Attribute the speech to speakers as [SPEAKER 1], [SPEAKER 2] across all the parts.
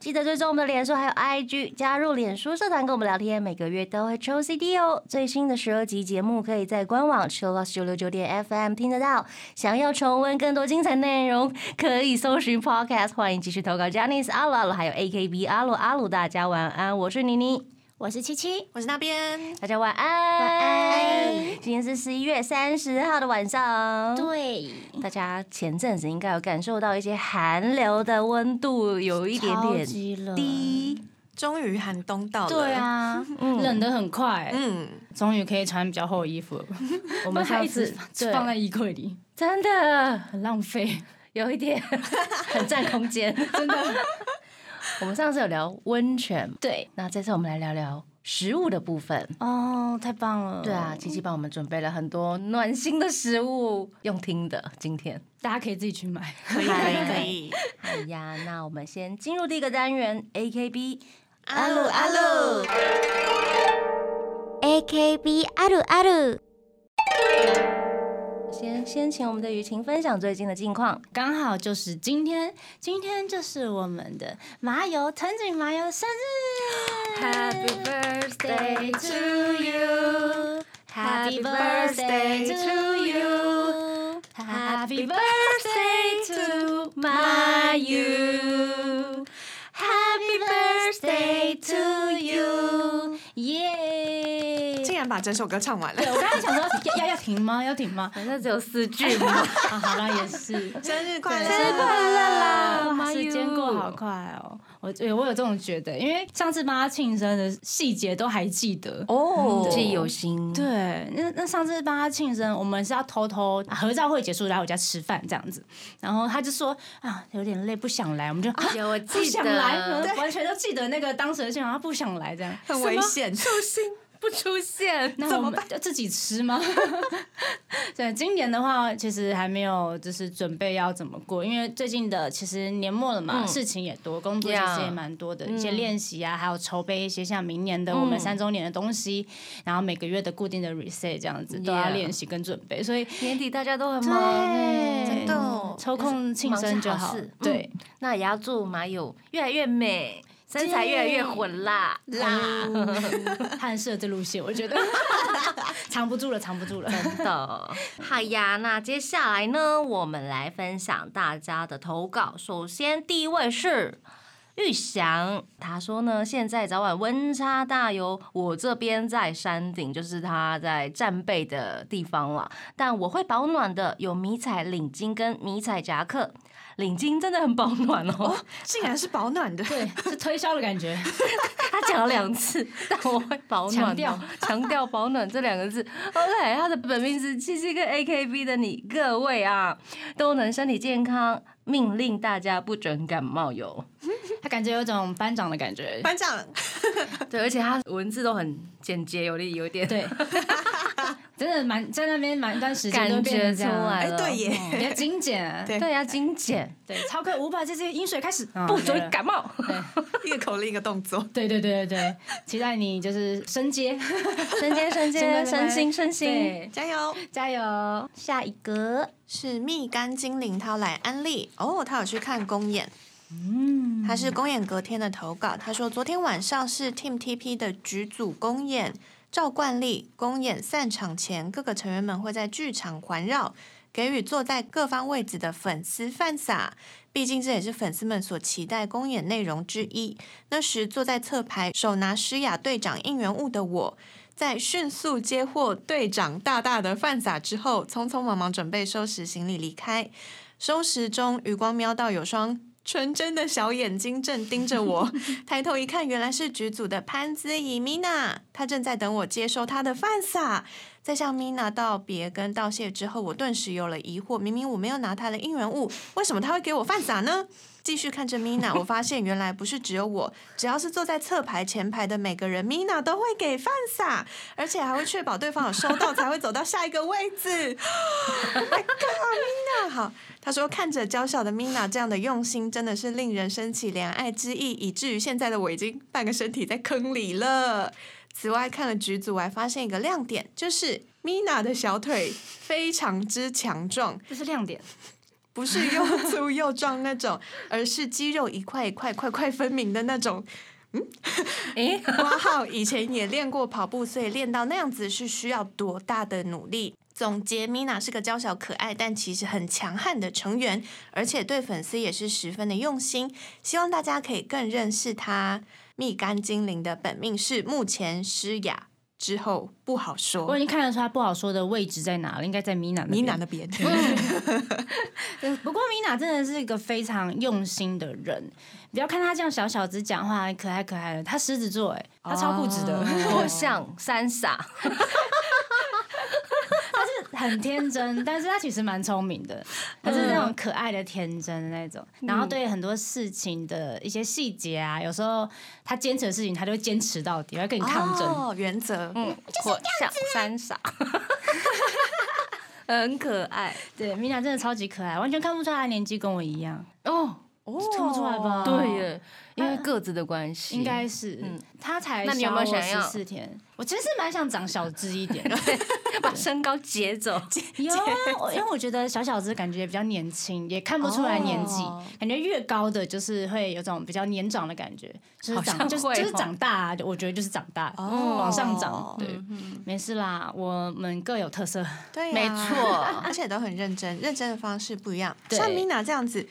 [SPEAKER 1] 记得追踪我们的脸书还有 IG，加入脸书社团跟我们聊天，每个月都会抽 CD 哦。最新的十二集节目可以在官网 Chillus 九六九点 FM 听得到。想要重温更多精彩内容，可以搜寻 Podcast。欢迎继续投稿 j a n i c e 阿鲁阿鲁还有 AKB 阿鲁阿鲁，大家晚安，我是妮妮。
[SPEAKER 2] 我是七七，
[SPEAKER 3] 我是那边，
[SPEAKER 1] 大家晚安。晚
[SPEAKER 2] 安
[SPEAKER 1] 今天是十一月三十号的晚上。
[SPEAKER 2] 对，
[SPEAKER 1] 大家前阵子应该有感受到一些寒流的温度有一点
[SPEAKER 2] 超
[SPEAKER 1] 点
[SPEAKER 2] 级冷
[SPEAKER 1] 低，
[SPEAKER 3] 终于寒冬到了。
[SPEAKER 2] 对，啊，
[SPEAKER 4] 冷得很快、
[SPEAKER 3] 嗯，
[SPEAKER 4] 终于可以穿比较厚的衣服 了吧。
[SPEAKER 1] 我
[SPEAKER 4] 我
[SPEAKER 1] 们上
[SPEAKER 4] 一直
[SPEAKER 1] 次对
[SPEAKER 4] 放在衣柜里，
[SPEAKER 1] 真的
[SPEAKER 4] 很浪费。
[SPEAKER 1] 有一点很占空间， 真的。我们上次有聊温泉，
[SPEAKER 4] 对，
[SPEAKER 1] 那这次我们来聊聊食物的部分。
[SPEAKER 4] 哦，太棒了。
[SPEAKER 1] 对啊，，琪琪帮我们准备了很多暖心的食物，用听的。今天，
[SPEAKER 4] 大家可以自己去买。
[SPEAKER 3] 可以可以可 以。
[SPEAKER 1] 哎呀，那我们先进入第一个单元，A K B。
[SPEAKER 3] 阿鲁阿鲁，
[SPEAKER 2] AKB あるある
[SPEAKER 1] 先先请我们的雨晴分享最近的近况。
[SPEAKER 4] 刚好就是今天，今天就是我们的麻油藤井麻油生日
[SPEAKER 1] Happy
[SPEAKER 4] birthday to you,
[SPEAKER 1] Happy birthday
[SPEAKER 4] to you,
[SPEAKER 1] Happy
[SPEAKER 4] birthday to Mayu, Happy
[SPEAKER 1] birthday to
[SPEAKER 4] you, 耶！
[SPEAKER 3] 竟然把整首歌唱 完
[SPEAKER 4] 对
[SPEAKER 3] 了，
[SPEAKER 4] 我刚才想说要要要停吗？要停 吗？
[SPEAKER 1] 反正只有四句嘛。
[SPEAKER 4] 啊，好了，也是。
[SPEAKER 3] 生日快乐！
[SPEAKER 4] 生日快乐啦！
[SPEAKER 1] Mayu
[SPEAKER 4] 时间过好快哦，我我有这种觉得，因为上次帮他庆生的细节都还记得。
[SPEAKER 3] 哦，
[SPEAKER 1] 记忆犹新。
[SPEAKER 4] 对，那那上次帮他庆生，我们是要偷偷、啊合照会结束来我家吃饭这样子，然后他就说啊有点累不想来，我们就啊
[SPEAKER 1] 有我记得
[SPEAKER 4] 不想来，完全都记得那个当时的现场，他不想来这样，
[SPEAKER 3] 很危险，寿星
[SPEAKER 1] 不出现。
[SPEAKER 4] 那我们就自己吃吗？ 对，今年的话，其实还没有就是准备要怎么过，因为最近的其实年末了嘛，
[SPEAKER 1] 嗯
[SPEAKER 4] 事情也多，工作
[SPEAKER 1] Yeah
[SPEAKER 4] 其实也蛮多的，一些
[SPEAKER 1] 嗯
[SPEAKER 4] 练习啊，还有筹备一些像明年的我
[SPEAKER 1] 嗯
[SPEAKER 4] 们三周年的东西，然后每个月的固定的 reset 这样子都
[SPEAKER 1] Yeah
[SPEAKER 4] 要练习跟准备，所以
[SPEAKER 1] 年底大家都很
[SPEAKER 4] 对
[SPEAKER 1] 忙，嗯
[SPEAKER 4] 真的
[SPEAKER 3] 哦
[SPEAKER 4] 抽空庆生就好
[SPEAKER 1] 忙是好事。
[SPEAKER 4] 对，
[SPEAKER 1] 那也要祝马友越来越美，身材越来越火辣。
[SPEAKER 3] 啦，
[SPEAKER 1] 嗯
[SPEAKER 4] 汉社这路线，我觉得藏不住了，藏不住了。
[SPEAKER 1] 真的，好呀，那接下来呢，我们来分享大家的投稿。首先第一位是玉祥，他说呢，现在早晚温差大哟，我这边在山顶，就是他在战备的地方了，但我会保暖的，有迷彩领巾跟迷彩夹克。领巾真的很保暖哦，
[SPEAKER 3] 竟然是保暖的，
[SPEAKER 4] 对，是推销的感觉。
[SPEAKER 1] 他讲了两次，但 我会保暖、哦
[SPEAKER 4] 强，调
[SPEAKER 1] 强调保暖这两个字。OK，他的本命是七七跟 AKB 的你各位啊，都能身体健康，命令大家不准感冒哟。
[SPEAKER 4] 他感觉有种班长的感觉，
[SPEAKER 3] 班长
[SPEAKER 1] 对，而且他文字都很简洁有力，有点
[SPEAKER 4] 对，真的蛮在那边蛮一段时间都
[SPEAKER 1] 感
[SPEAKER 4] 变
[SPEAKER 1] 觉
[SPEAKER 4] 成这
[SPEAKER 1] 出
[SPEAKER 4] 样，
[SPEAKER 1] 来
[SPEAKER 3] 哎
[SPEAKER 1] 了。
[SPEAKER 3] 对耶
[SPEAKER 4] 嗯比较精简啊。
[SPEAKER 3] 对
[SPEAKER 1] 对呀、精简，
[SPEAKER 4] 对，超过五百这些饮水开始，啊
[SPEAKER 1] 不
[SPEAKER 4] 没
[SPEAKER 1] 准
[SPEAKER 4] 了
[SPEAKER 1] 感冒。
[SPEAKER 3] 一个口令一个动作，
[SPEAKER 4] 对对对对对，期待你就是升阶，
[SPEAKER 1] 身兼身兼，身心身心。
[SPEAKER 4] 对，
[SPEAKER 3] 加油！
[SPEAKER 4] 加油！
[SPEAKER 1] 下一个，
[SPEAKER 3] 是蜜柑精灵，他来安利哦，他有去看公演。
[SPEAKER 4] 嗯，
[SPEAKER 3] 他是公演隔天的投稿，他说昨天晚上是 Team TP 的局组公演，照惯例，公演散场前，各个成员们会在剧场环绕，给予坐在各方位置的粉丝饭撒。毕竟这也是粉丝们所期待公演内容之一。那时坐在侧排，手拿诗雅队长应援物的我。在迅速接获队长大大的饭撒之后，匆匆忙忙准备收拾行李离开。收拾中，余光瞄到有双纯真的小眼睛正盯着我，抬头一看，原来是局组的潘姿怡米娜，她正在等我接收她的饭撒。在向米娜道别跟道谢之后，我顿时有了疑惑：明明我没有拿她的应援物，为什么她会给我饭撒呢？继续看着米娜，我发现原来不是只有我，只要是坐在侧排、前排的每个人，米娜都会给饭撒，而且还会确保对方有收到才会走到下一个位置。Oh my god，米娜，站好。他说看着娇小的 Mina 这样的用心，真的是令人升起怜爱之意，以至于现在的我已经半个身体在坑里了。此外，看了局组，我还发现一个亮点，就是 Mina 的小腿非常之强壮，
[SPEAKER 4] 这是亮点。
[SPEAKER 3] 不是 又粗又壮那种，而是肌肉一块一块、块块分明的那种。嗯
[SPEAKER 1] 诶、
[SPEAKER 3] 括号以前也练过跑步，所以练到那样子是需要多大的努力？总结，Mina 是个娇小可爱，但其实很强悍的成员，而且对粉丝也是十分的用心。希望大家可以更认识她。蜜柑精灵的本命是目前诗雅，之后不好
[SPEAKER 4] 我已
[SPEAKER 3] 说。
[SPEAKER 4] 经看得出他不好说的位置在哪了，应该在米娜那边。
[SPEAKER 3] 米娜那 边，
[SPEAKER 4] 对不过米娜真的是一个非常用心的人，不要看她这样小小只讲话，可爱可爱的，她狮子座哎，她超固执的，
[SPEAKER 1] 我像三傻，
[SPEAKER 4] 很天真，但是她其实蛮聪明的，她是那种
[SPEAKER 1] 嗯
[SPEAKER 4] 可爱的天真的那种。然后对很多事情的一些细节啊，有时候她坚持的事情，她就会坚持到底，会跟你抗争。
[SPEAKER 3] 哦，原则。
[SPEAKER 1] 嗯，我像三傻， 很可爱
[SPEAKER 4] 对，米娜真的超级可爱，完全看不出来她年纪跟我一样，
[SPEAKER 1] 哦。
[SPEAKER 3] 哦
[SPEAKER 4] 看不出来吧？
[SPEAKER 1] 对耶，因为个子的关系，
[SPEAKER 4] 应该是，
[SPEAKER 1] 嗯
[SPEAKER 4] 他才
[SPEAKER 1] 那你有没有想要
[SPEAKER 4] 十四天？我其实蛮想长小只一点，
[SPEAKER 1] 把身高截走。
[SPEAKER 4] 有啊，我因为我觉得小小只感觉比较年轻，也看不出来年纪，
[SPEAKER 1] 哦
[SPEAKER 4] 感觉越高的就是会有种比较年长的感觉，就是
[SPEAKER 1] 好像
[SPEAKER 4] 长，就是
[SPEAKER 1] 会
[SPEAKER 4] 就是
[SPEAKER 1] 哦
[SPEAKER 4] 长大、啊，我觉得就是长大，
[SPEAKER 3] 哦
[SPEAKER 4] 往上涨，对，
[SPEAKER 1] 嗯
[SPEAKER 4] 没事啦，我们各有特色，
[SPEAKER 3] 对、
[SPEAKER 1] 没错
[SPEAKER 3] 而且都很认真，认真的方式不一样。
[SPEAKER 4] 对
[SPEAKER 3] 像 Mina 这样子，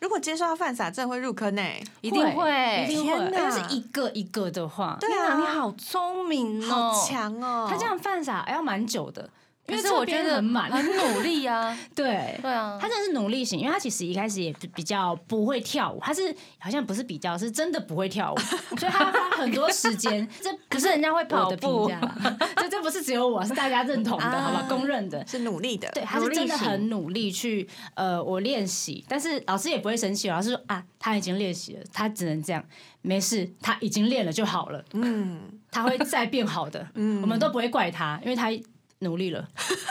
[SPEAKER 3] 如果接受到犯傻，真的会入坑呢、欸
[SPEAKER 1] 一定会
[SPEAKER 4] 一定会，
[SPEAKER 3] 天哪
[SPEAKER 4] 要是一个一个的话，
[SPEAKER 3] 对
[SPEAKER 1] 天
[SPEAKER 3] 啊，
[SPEAKER 1] 哪你好聪明哦！
[SPEAKER 3] 好强哦！
[SPEAKER 4] 他这样犯傻要蛮久的，因
[SPEAKER 1] 可
[SPEAKER 4] 为
[SPEAKER 1] 是我觉
[SPEAKER 4] 这边
[SPEAKER 1] 得
[SPEAKER 4] 很满，
[SPEAKER 1] 很努力 啊。
[SPEAKER 4] 对，
[SPEAKER 1] 对啊，
[SPEAKER 4] 他真的是努力型，因为他其实一开始也比比较不会跳舞，他是好像不是比较，是真的不会跳舞，所以他花很多时间。这不是人家会跑的评价啦，这这不是只有我是大家认同的，
[SPEAKER 3] 啊
[SPEAKER 4] 好吧，公认的。
[SPEAKER 3] 是努力的，
[SPEAKER 4] 对，他是真的很努力去呃，我练习，但是老师也不会生气，老师说啊，他已经练习了，他只能这样，没事，他已经练了就好了，
[SPEAKER 3] 嗯，
[SPEAKER 4] 他会再变好的，我们都不会怪他，因为他努力了。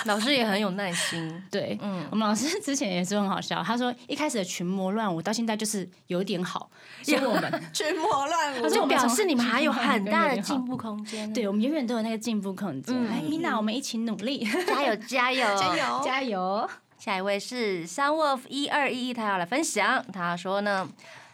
[SPEAKER 1] 老师也很有耐心。
[SPEAKER 4] 对，
[SPEAKER 1] 嗯
[SPEAKER 4] 我们老师之前也是很好笑，他说一开始的群魔乱舞到现在就是有点好，所以我们
[SPEAKER 3] 群魔乱舞
[SPEAKER 4] 可。是
[SPEAKER 1] 就
[SPEAKER 4] 我们
[SPEAKER 1] 表
[SPEAKER 4] 从
[SPEAKER 1] 示你们还 有很大的
[SPEAKER 4] 跟着你好
[SPEAKER 1] 进步空间。，
[SPEAKER 4] 对我们永远都有那个进步空
[SPEAKER 1] 嗯
[SPEAKER 4] 间。哎，Mina，我们一起努力，
[SPEAKER 1] 加油 加油
[SPEAKER 3] 加！油！
[SPEAKER 4] 加油！
[SPEAKER 1] 下一位是 Sunwolf 一二一一，他要来分享。他说呢，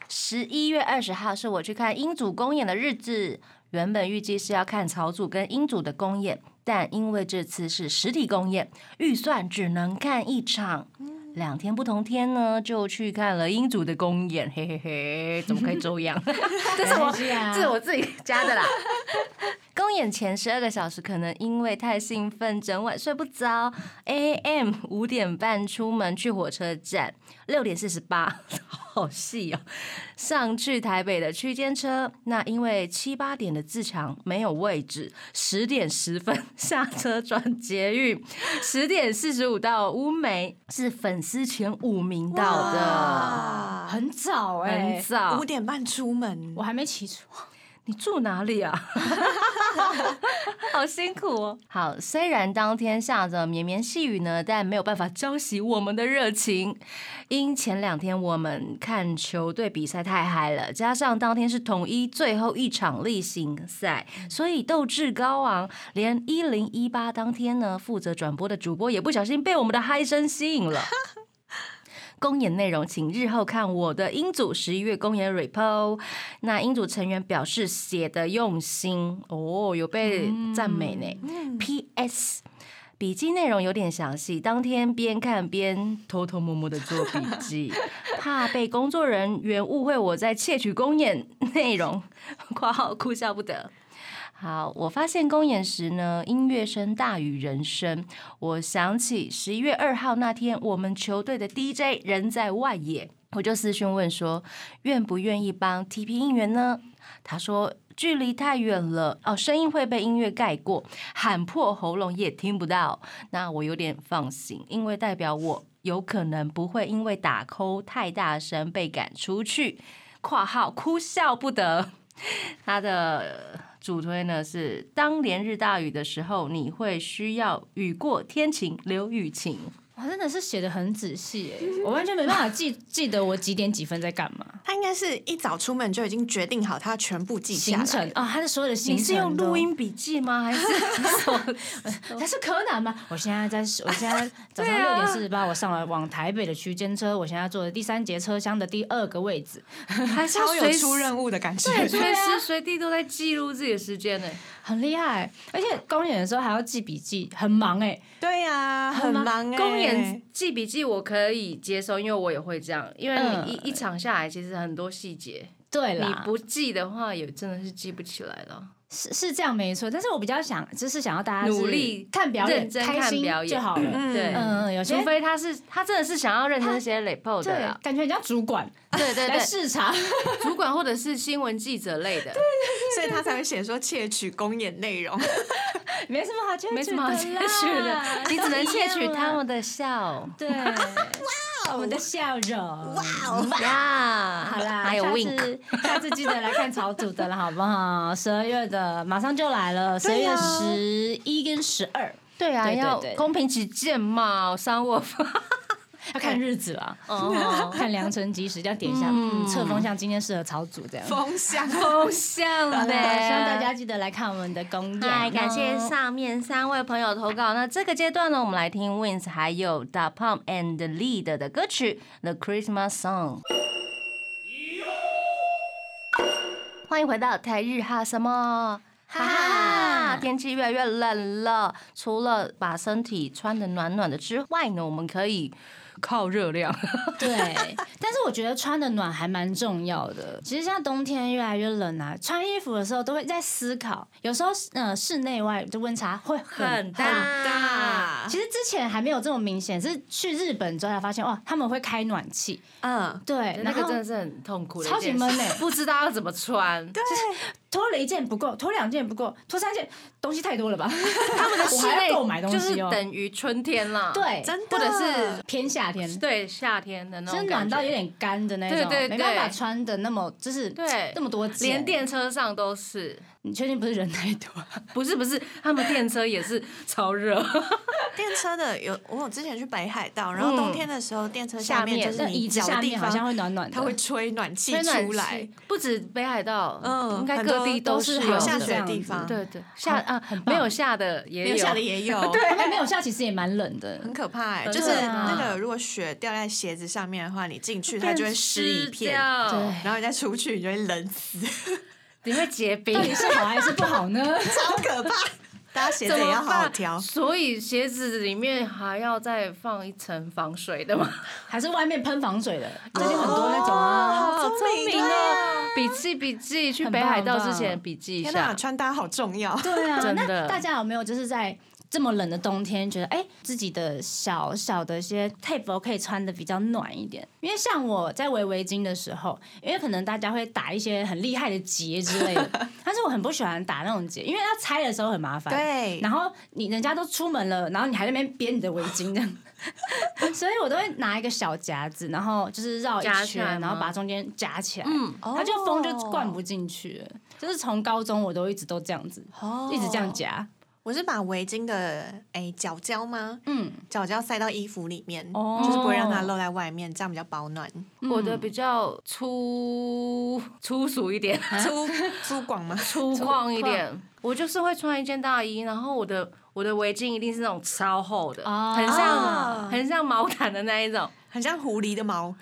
[SPEAKER 1] 十一月二十号是我去看英组公演的日子。原本预计是要看草组跟英组的公演，但因为这次是实体公演，预算只能看一场。两天不同天呢，就去看了英组的公演，嘿嘿嘿，怎么可以这样？这是我
[SPEAKER 4] 没关系啊
[SPEAKER 1] 这是我自己加的啦。 公演前十二个小时，可能因为太兴奋，整晚睡不着。A.M. 五点半出门去火车站，六点四十八， 好细哦。上去台北的区间车，那因为七八点的自强没有位置，十点十分 下车转捷运，十点四十五到乌梅，是粉丝前五名到的，
[SPEAKER 3] 哇
[SPEAKER 4] 很早
[SPEAKER 1] 很
[SPEAKER 4] 哎，
[SPEAKER 1] 早
[SPEAKER 3] 五。点半出门
[SPEAKER 4] 我，还没起床，
[SPEAKER 1] 你住哪里啊？ 好辛苦哦。好，虽然当天下着绵绵细雨呢，但没有办法浇熄我们的热情。因前两天我们看球队比赛太嗨了，加上当天是统一最后一场例行赛，所以斗志高昂。连一零一八当天呢，负责转播的主播也不小心被我们的嗨声吸引 了。公演内容，请日后看我的英组十一月公演 report。那英组成员表示写的用心哦，有被赞美呢。P.S. 笔记内容有点详细，当天边看边偷偷摸摸的做笔记， 怕被工作人员误会我在窃取公演内容（括号哭笑不得）。好，我发现公演时呢，音乐声大于人声。我想起十一月二号那天，我们球队的 DJ 人在外野，我就私讯问说，愿不愿意帮 TP 应援呢？他说距离太远了，哦，声音会被音乐盖过，喊破喉咙也听不到。那我有点放心，因为代表我有可能不会因为打 call 太大声被赶出去。（括号哭笑不得）他的主推呢是：当连日大雨的时候，你会需要雨过天晴留雨情。
[SPEAKER 4] 哇，真的是写的很仔细 耶，我完全没办法记记得我几点几分在干嘛，
[SPEAKER 3] 他应该是一早出门就已经决定好他要全部记下
[SPEAKER 4] 行
[SPEAKER 3] 来
[SPEAKER 4] 程
[SPEAKER 3] 了。
[SPEAKER 4] 啊，他的所有的行
[SPEAKER 1] 你
[SPEAKER 4] 程
[SPEAKER 1] 是用
[SPEAKER 4] 都
[SPEAKER 1] 录音笔记吗？还是
[SPEAKER 4] 他是柯南吗？我 现在在，我现在早
[SPEAKER 1] 啊
[SPEAKER 4] 上六点四十八，我上了往台北的区间车，我现在坐的第三节车厢的第二个位置，
[SPEAKER 1] 还是要
[SPEAKER 3] 超有
[SPEAKER 1] 随时
[SPEAKER 3] 出任务的感觉，
[SPEAKER 1] 对，
[SPEAKER 4] 对
[SPEAKER 1] 随
[SPEAKER 4] 啊
[SPEAKER 1] 时随地都在记录自己的时间呢、
[SPEAKER 4] 很厉害。而且公演的时候还要记笔记，很忙哎、
[SPEAKER 3] 对呀、很忙哎、
[SPEAKER 1] 公演记笔记我可以接受，因为我也会这样，因为
[SPEAKER 4] 嗯
[SPEAKER 1] 你一、一场下来，其实很多细节
[SPEAKER 4] 对啊
[SPEAKER 1] 你
[SPEAKER 4] 啦，
[SPEAKER 1] 不记的话，也真的是记不起来了。
[SPEAKER 4] 是是这样没错，但是我比较想，就是想要大家是
[SPEAKER 1] 努力
[SPEAKER 4] 看表演，
[SPEAKER 1] 认真
[SPEAKER 4] 开
[SPEAKER 1] 看
[SPEAKER 4] 心
[SPEAKER 1] 表演
[SPEAKER 4] 就好了。嗯
[SPEAKER 3] 嗯
[SPEAKER 1] 对，
[SPEAKER 4] 嗯，有些
[SPEAKER 1] 除非他是他真的是想要认真写 report 的
[SPEAKER 4] 对
[SPEAKER 1] 啦，，
[SPEAKER 4] 感觉人家主管
[SPEAKER 1] 对啊对
[SPEAKER 4] 来
[SPEAKER 1] 对，
[SPEAKER 4] 视察，
[SPEAKER 1] 主管或者是新闻记者类的，
[SPEAKER 3] 所以他才会写说窃取公演内容。
[SPEAKER 4] 没什么好窃取的啦，
[SPEAKER 1] 没什么好窃取
[SPEAKER 4] 啊
[SPEAKER 1] 的，你只能窃取他们的笑
[SPEAKER 4] 对，
[SPEAKER 1] 哦
[SPEAKER 4] 我们的笑容。
[SPEAKER 1] 呀，
[SPEAKER 4] 啊好啦，
[SPEAKER 1] 还有
[SPEAKER 4] 下
[SPEAKER 1] wink，
[SPEAKER 4] 次下次记得来看草组的了，好不好？十二月的马上就来了，十二
[SPEAKER 3] 对
[SPEAKER 4] 月
[SPEAKER 3] 呀
[SPEAKER 4] 十一跟十二
[SPEAKER 1] 对啊，
[SPEAKER 4] 对对
[SPEAKER 1] 要
[SPEAKER 4] 对
[SPEAKER 1] 公平起见嘛，商我发
[SPEAKER 4] 要看日子啦，
[SPEAKER 1] 哦，
[SPEAKER 4] 看良辰吉时，这样点一下
[SPEAKER 1] 嗯
[SPEAKER 4] 测风向，今天适合草组这样。
[SPEAKER 3] 风向，
[SPEAKER 1] 风向呢，
[SPEAKER 4] 好的，希望大家记得来看我们的公演。嗯
[SPEAKER 1] 嗨，感谢。上面三位朋友投稿。那这个阶段呢，我们来听 Wins 还有 Da Pump and Lead 的歌曲《The Christmas Song》。欢迎回到台日哈什么？哈哈，天气越来越冷了，除了把身体穿的暖暖的之外呢，我们可以靠热量。
[SPEAKER 4] 对，但是我觉得穿的暖还蛮重要的。其实像冬天越来越冷啊，穿衣服的时候都会在思考，有时候呃室内外的温差会很
[SPEAKER 3] 大
[SPEAKER 4] 其实之前还没有这么明显，是去日本之后才发现，哇，他们会开暖气，
[SPEAKER 3] 嗯，
[SPEAKER 4] 对，
[SPEAKER 1] 那
[SPEAKER 4] 然
[SPEAKER 1] 个真
[SPEAKER 4] 后
[SPEAKER 1] 的是很痛苦的一
[SPEAKER 4] 超级
[SPEAKER 1] 件事，
[SPEAKER 4] 闷欸
[SPEAKER 1] 不知道要怎么穿。
[SPEAKER 4] 脱了一件不够，脱两件不够，脱三件东西太多了吧？
[SPEAKER 1] 他们的
[SPEAKER 4] 我
[SPEAKER 1] 室
[SPEAKER 4] 还
[SPEAKER 1] 内
[SPEAKER 4] 要购买东西
[SPEAKER 1] 就是
[SPEAKER 4] 哦
[SPEAKER 1] 等于春天了。
[SPEAKER 4] 对，
[SPEAKER 3] 真的，
[SPEAKER 1] 或者是
[SPEAKER 4] 偏夏天，
[SPEAKER 1] 对夏天的那
[SPEAKER 4] 就是
[SPEAKER 1] 种
[SPEAKER 4] 暖
[SPEAKER 1] 感
[SPEAKER 4] 到有
[SPEAKER 1] 觉，
[SPEAKER 4] 点干的那种，
[SPEAKER 1] 对对
[SPEAKER 4] 没办法
[SPEAKER 1] 对
[SPEAKER 4] 穿的那么就是
[SPEAKER 1] 对
[SPEAKER 4] 那么多件
[SPEAKER 1] 连，电车上都是，
[SPEAKER 4] 你确定不是人太 多？
[SPEAKER 1] 不是不是，他们电车也是超热，
[SPEAKER 3] 电车的有，我有之前去北海道，然后冬天的时候，电车下面
[SPEAKER 1] 下
[SPEAKER 3] 就
[SPEAKER 1] 面
[SPEAKER 3] 是
[SPEAKER 4] 那椅
[SPEAKER 3] 你
[SPEAKER 4] 子
[SPEAKER 3] 脚
[SPEAKER 4] 下
[SPEAKER 3] 的地
[SPEAKER 4] 面好
[SPEAKER 3] 方，
[SPEAKER 4] 像会暖暖的，哎
[SPEAKER 3] 它会吹暖气
[SPEAKER 1] 吹暖
[SPEAKER 3] 出来
[SPEAKER 1] 气，不止北海道，
[SPEAKER 3] 嗯
[SPEAKER 1] 应该
[SPEAKER 3] 很多
[SPEAKER 1] 各地
[SPEAKER 4] 都
[SPEAKER 1] 是
[SPEAKER 4] 是
[SPEAKER 1] 有
[SPEAKER 3] 有
[SPEAKER 4] 这
[SPEAKER 3] 下
[SPEAKER 4] 样
[SPEAKER 3] 雪
[SPEAKER 1] 的。
[SPEAKER 3] 的
[SPEAKER 4] 子
[SPEAKER 3] 地方，
[SPEAKER 1] 对对，下啊没
[SPEAKER 4] 棒
[SPEAKER 1] 有下的也
[SPEAKER 3] 没有
[SPEAKER 1] 有
[SPEAKER 3] 下的也 有，
[SPEAKER 4] 他们没有下，其实也蛮冷 的。
[SPEAKER 3] 很可怕欸。
[SPEAKER 1] 真的
[SPEAKER 3] 就是
[SPEAKER 4] 啊
[SPEAKER 3] 那个如果雪掉在鞋子上面的话，你进去它就会湿一片，
[SPEAKER 1] 对，
[SPEAKER 3] 然后你再出去你就会冷死，
[SPEAKER 1] 你会结冰
[SPEAKER 4] 到，底是好还是不好呢？
[SPEAKER 3] 超可怕。大家鞋子
[SPEAKER 1] 怎
[SPEAKER 3] 也要
[SPEAKER 1] 么
[SPEAKER 3] 好好
[SPEAKER 1] 办？
[SPEAKER 3] 挑，
[SPEAKER 1] 所以鞋子里面还要再放一层防水的吗？
[SPEAKER 4] 还是外面喷防水的？最近很多那种啊，
[SPEAKER 3] 好聪明
[SPEAKER 1] 哦
[SPEAKER 3] 啊！
[SPEAKER 1] 笔记笔记，去
[SPEAKER 4] 很
[SPEAKER 1] 北
[SPEAKER 4] 棒
[SPEAKER 1] 海
[SPEAKER 4] 很
[SPEAKER 1] 道之
[SPEAKER 4] 棒
[SPEAKER 1] 前笔记一
[SPEAKER 3] 天
[SPEAKER 1] 下
[SPEAKER 3] 哪，。穿搭好重要。
[SPEAKER 4] 对 啊，
[SPEAKER 1] 真的
[SPEAKER 4] 那大家有没有就是在这么冷的冬天，觉得哎、自己的小小的一些 t a p 可以穿的比较暖一点？因为像我在围围巾的时候，因为可能大家会打一些很厉害的结之类 的，但是我很不喜欢打那种结，因为要拆的时候很麻烦。。
[SPEAKER 3] 对，
[SPEAKER 4] 然后你人家都出门了，然后你还在那边编你的围巾这样， 所以我都会拿一个小夹子，然后就是绕
[SPEAKER 1] 夹
[SPEAKER 4] 一
[SPEAKER 1] 起
[SPEAKER 4] 圈
[SPEAKER 1] 来，吗
[SPEAKER 4] 然后把中间夹起来，
[SPEAKER 1] 嗯，
[SPEAKER 3] 哦
[SPEAKER 4] 它就风就灌不进去了。就是从高中我都一直都这样子，
[SPEAKER 3] 哦
[SPEAKER 4] 一直这样。夹。
[SPEAKER 3] 我是把围巾的诶脚胶吗？
[SPEAKER 4] 嗯，
[SPEAKER 3] 脚胶塞到衣服里面，
[SPEAKER 4] 哦
[SPEAKER 3] 就是不会让它露在外面，这样比较保暖。
[SPEAKER 1] 我的比较粗粗俗一点，
[SPEAKER 3] 粗粗犷吗？
[SPEAKER 1] 粗犷一点。我就是会穿一件大衣，然后我的我的围巾一定是那种超厚的，
[SPEAKER 4] 哦
[SPEAKER 1] 很像
[SPEAKER 3] 哦
[SPEAKER 1] 很像毛毯的那一种，
[SPEAKER 3] 很像狐狸的毛，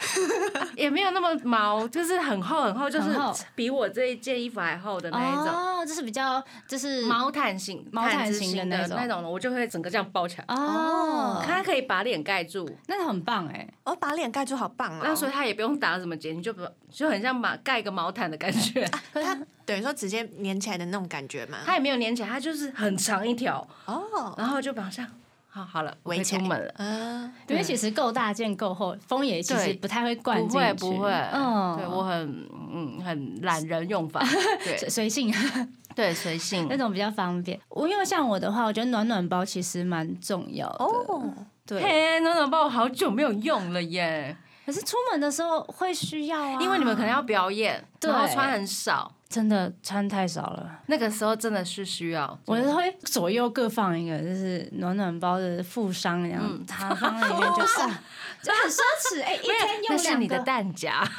[SPEAKER 1] 也没有那么毛，就是很厚很厚，就是
[SPEAKER 4] 很厚
[SPEAKER 1] 比我这一件衣服还厚的那一种。
[SPEAKER 4] 哦，这是比较就是
[SPEAKER 1] 毛毯型、
[SPEAKER 4] 毛毯
[SPEAKER 1] 子
[SPEAKER 4] 型的
[SPEAKER 1] 型
[SPEAKER 4] 那
[SPEAKER 1] 的
[SPEAKER 4] 种
[SPEAKER 1] 那种的，我就会整个这样包起来，
[SPEAKER 4] 哦，
[SPEAKER 1] 它可以把脸盖住，
[SPEAKER 4] 那很棒哎，
[SPEAKER 3] 哦，把脸盖住，好棒
[SPEAKER 1] 那所以
[SPEAKER 3] 哦！
[SPEAKER 1] 它也不用打什么结，你就不就很像把盖一个毛毯的感 觉，
[SPEAKER 3] 它等于说直接粘起来的那种感觉嘛。
[SPEAKER 1] 它也没有粘起来，它就是很长一条，
[SPEAKER 3] 哦，
[SPEAKER 1] 然后就绑上，好好了，我可以
[SPEAKER 3] 围起来
[SPEAKER 1] 出门了。
[SPEAKER 3] 啊，
[SPEAKER 4] 因为其实够大件够厚，风也其
[SPEAKER 1] 对
[SPEAKER 4] 实不太会灌
[SPEAKER 1] 不
[SPEAKER 4] 进去，
[SPEAKER 1] 会不会，
[SPEAKER 4] 嗯，
[SPEAKER 1] 对我很嗯很懒人用法，
[SPEAKER 4] 随
[SPEAKER 1] 对
[SPEAKER 4] 随性。
[SPEAKER 1] 对随性
[SPEAKER 4] 那。种比较方便。我因为像我的话，我觉得暖暖包其实蛮重要的。
[SPEAKER 3] 哦，
[SPEAKER 4] 对，
[SPEAKER 1] 嘿，暖暖包我好久没有用了耶，
[SPEAKER 4] 可是出门的时候会需要啊，
[SPEAKER 1] 因为你们可能要表演，
[SPEAKER 4] 对
[SPEAKER 1] 然后穿很少，
[SPEAKER 4] 真的穿太少了。
[SPEAKER 1] 那个时候真的是需要，
[SPEAKER 4] 我是会左右各放一个，就是暖暖包的富商那样，它、放在里 面就算，就很奢侈。哎、一天
[SPEAKER 1] 那
[SPEAKER 4] 用
[SPEAKER 1] 是你的
[SPEAKER 4] 两个，一天
[SPEAKER 1] 弹夹，